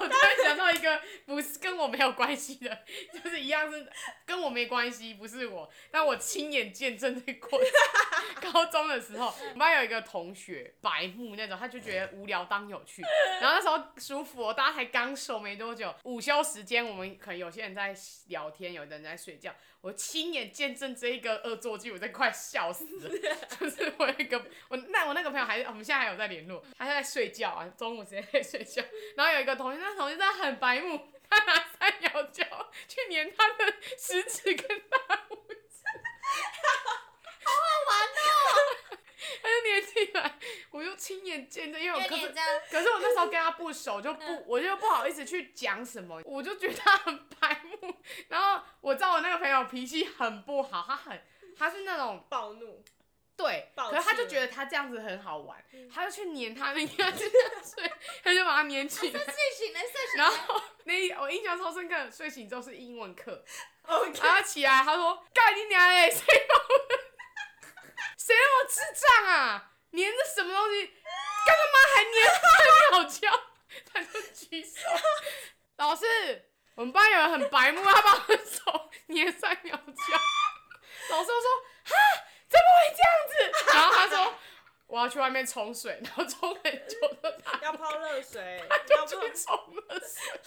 Speaker 2: 我突然想到一个不是跟我没有关系的，就是一样是跟我没关系，不是我，但我亲眼见证的过程。 <laughs> 高中的时候，我们班有一个同学白目那种，他就觉得无聊当有趣。然后那时候舒服、哦，大家才刚熟没多久，午休时间我们可能有些人在聊天，有的人在睡觉。我亲眼见证这一个恶作剧，我真快笑死了。 <laughs> 就是我有一个我那我那个朋友还是我们现在还有在联络，他现在睡觉啊，中午时间在睡觉。然后有一个同学，那同学真的很白目， <laughs> 他拿三摇胶去粘他的食指跟大拇指， <laughs> 好好玩哦！ <laughs> 他就粘起来，我就亲眼见证，因为我
Speaker 3: 有
Speaker 2: 可是
Speaker 3: 点这样。
Speaker 2: 可是我那时候跟他不熟，就
Speaker 5: 嗯
Speaker 2: 不我就不好意思去讲什么，我就觉得他很白目。然后我知道我那个朋友脾气很不好，他很他是那种
Speaker 5: 暴怒，
Speaker 2: 对，
Speaker 5: 暴
Speaker 2: 可是他
Speaker 5: 气嗯
Speaker 2: 就觉
Speaker 5: 了
Speaker 2: 得他这样子很好玩，他就去粘他那个睡，他就把它粘起来。
Speaker 3: 睡醒了，睡醒
Speaker 2: 然
Speaker 3: 了。
Speaker 2: 后那一我印象超深刻，睡醒之后是英文课， <laughs>
Speaker 5: OK，
Speaker 2: 然后他起来他说：“干你娘嘞，谁把我的，谁让我智障啊？粘的什么东西？干他妈还粘三角胶？”他就举手，老师，我们班有人很白目，他把我的手粘三角胶。老师就说：“哈，怎么会这样子？”然后他说。我要去外面冲水，然后冲很久的打
Speaker 5: 要泡热水，
Speaker 2: 就
Speaker 5: 要
Speaker 2: 去
Speaker 5: 不
Speaker 2: 冲了水，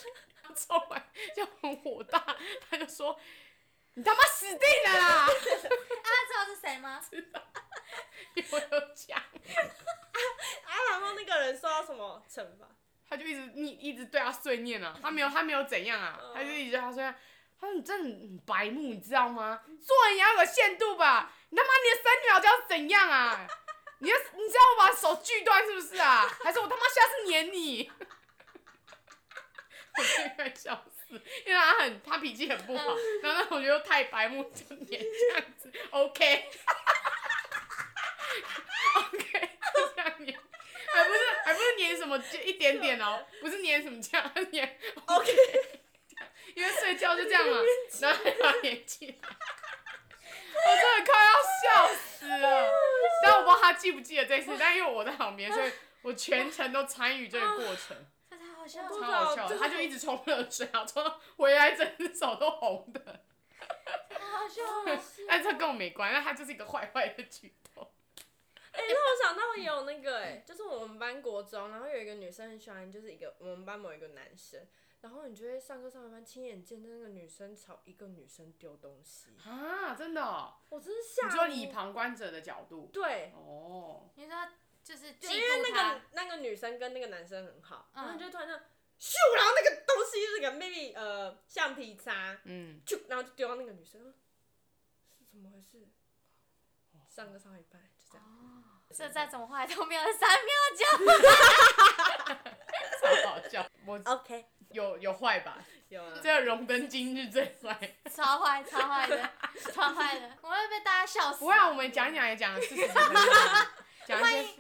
Speaker 2: 冲完就很火大，他就说：“你他妈死定了啦
Speaker 3: 啊，知道是谁吗？！”
Speaker 2: 我有讲，
Speaker 5: 啊，然后那个人受到什么惩罚？
Speaker 2: 他就一直你一直对他碎念啊，他没有他没有怎样啊，他就一直对他碎念。他说：“你真的很白目，你知道吗？做人也要有限度吧！你他妈你的三秒就要怎样啊？你要你知道我把手锯断是不是啊？还是我他妈下次撵你？” <laughs> 我真的快笑死，因为他很他脾气很不好，然后那我觉得太白目就撵这样子，OK，OK，、OK，就这样撵，还不是还不是撵什么就一点点 <laughs> 哦，不是撵什么这样撵 OK，因为睡觉就这样 <laughs> 嘛，然后还把它撵起来，我真的快要笑死了。 <laughs> 但我不知道他记不记得这次，但因为我在旁边，所以我全程都参与这个过程。 <laughs>
Speaker 3: 这太好笑
Speaker 5: 我
Speaker 2: 超
Speaker 5: 不
Speaker 3: 了，
Speaker 2: 好笑的，他就一直冲热水啊，冲到回来整只手都红的。 <laughs>
Speaker 3: 太好笑了。
Speaker 2: 但这跟我没关，那他就是一个坏坏的举动。
Speaker 5: 哎、那我想到也有那个哎、就是我们班国中，然后有一个女生很喜欢，就是一个我们班某一个男生，然后你就会上课上完班亲眼见证那个女生朝一个女生丢东西，
Speaker 2: 啊，真的、哦？
Speaker 5: 我真是吓。
Speaker 2: 你说以？旁观者的角度？
Speaker 5: 对，
Speaker 2: 哦，
Speaker 3: 你说就是
Speaker 5: 就
Speaker 3: 嫉
Speaker 5: 因为
Speaker 3: 妒
Speaker 5: 那
Speaker 3: 他
Speaker 5: 个，那个女生跟那个男生很好，
Speaker 3: 嗯
Speaker 5: 然后你就突然就咻，然后那个东西就是个 maybe 呃橡皮擦，
Speaker 2: 嗯，
Speaker 5: 就然后就丢到那个女生，是怎么回事？上课上一半就这样，
Speaker 3: 这再怎么坏都没有三秒
Speaker 2: <laughs>
Speaker 3: 就。
Speaker 2: 超好 <laughs> 笑。我
Speaker 5: OK，
Speaker 2: 有有坏吧？
Speaker 5: 有啊
Speaker 2: 这，个荣登今日最坏。
Speaker 3: 超坏，超坏的，
Speaker 2: <laughs>
Speaker 3: 超坏的，我会被大家笑死。
Speaker 2: <laughs> 不会啊，我们讲一讲也讲了四十几分钟啊，讲一
Speaker 3: 欢
Speaker 2: 些
Speaker 3: 迎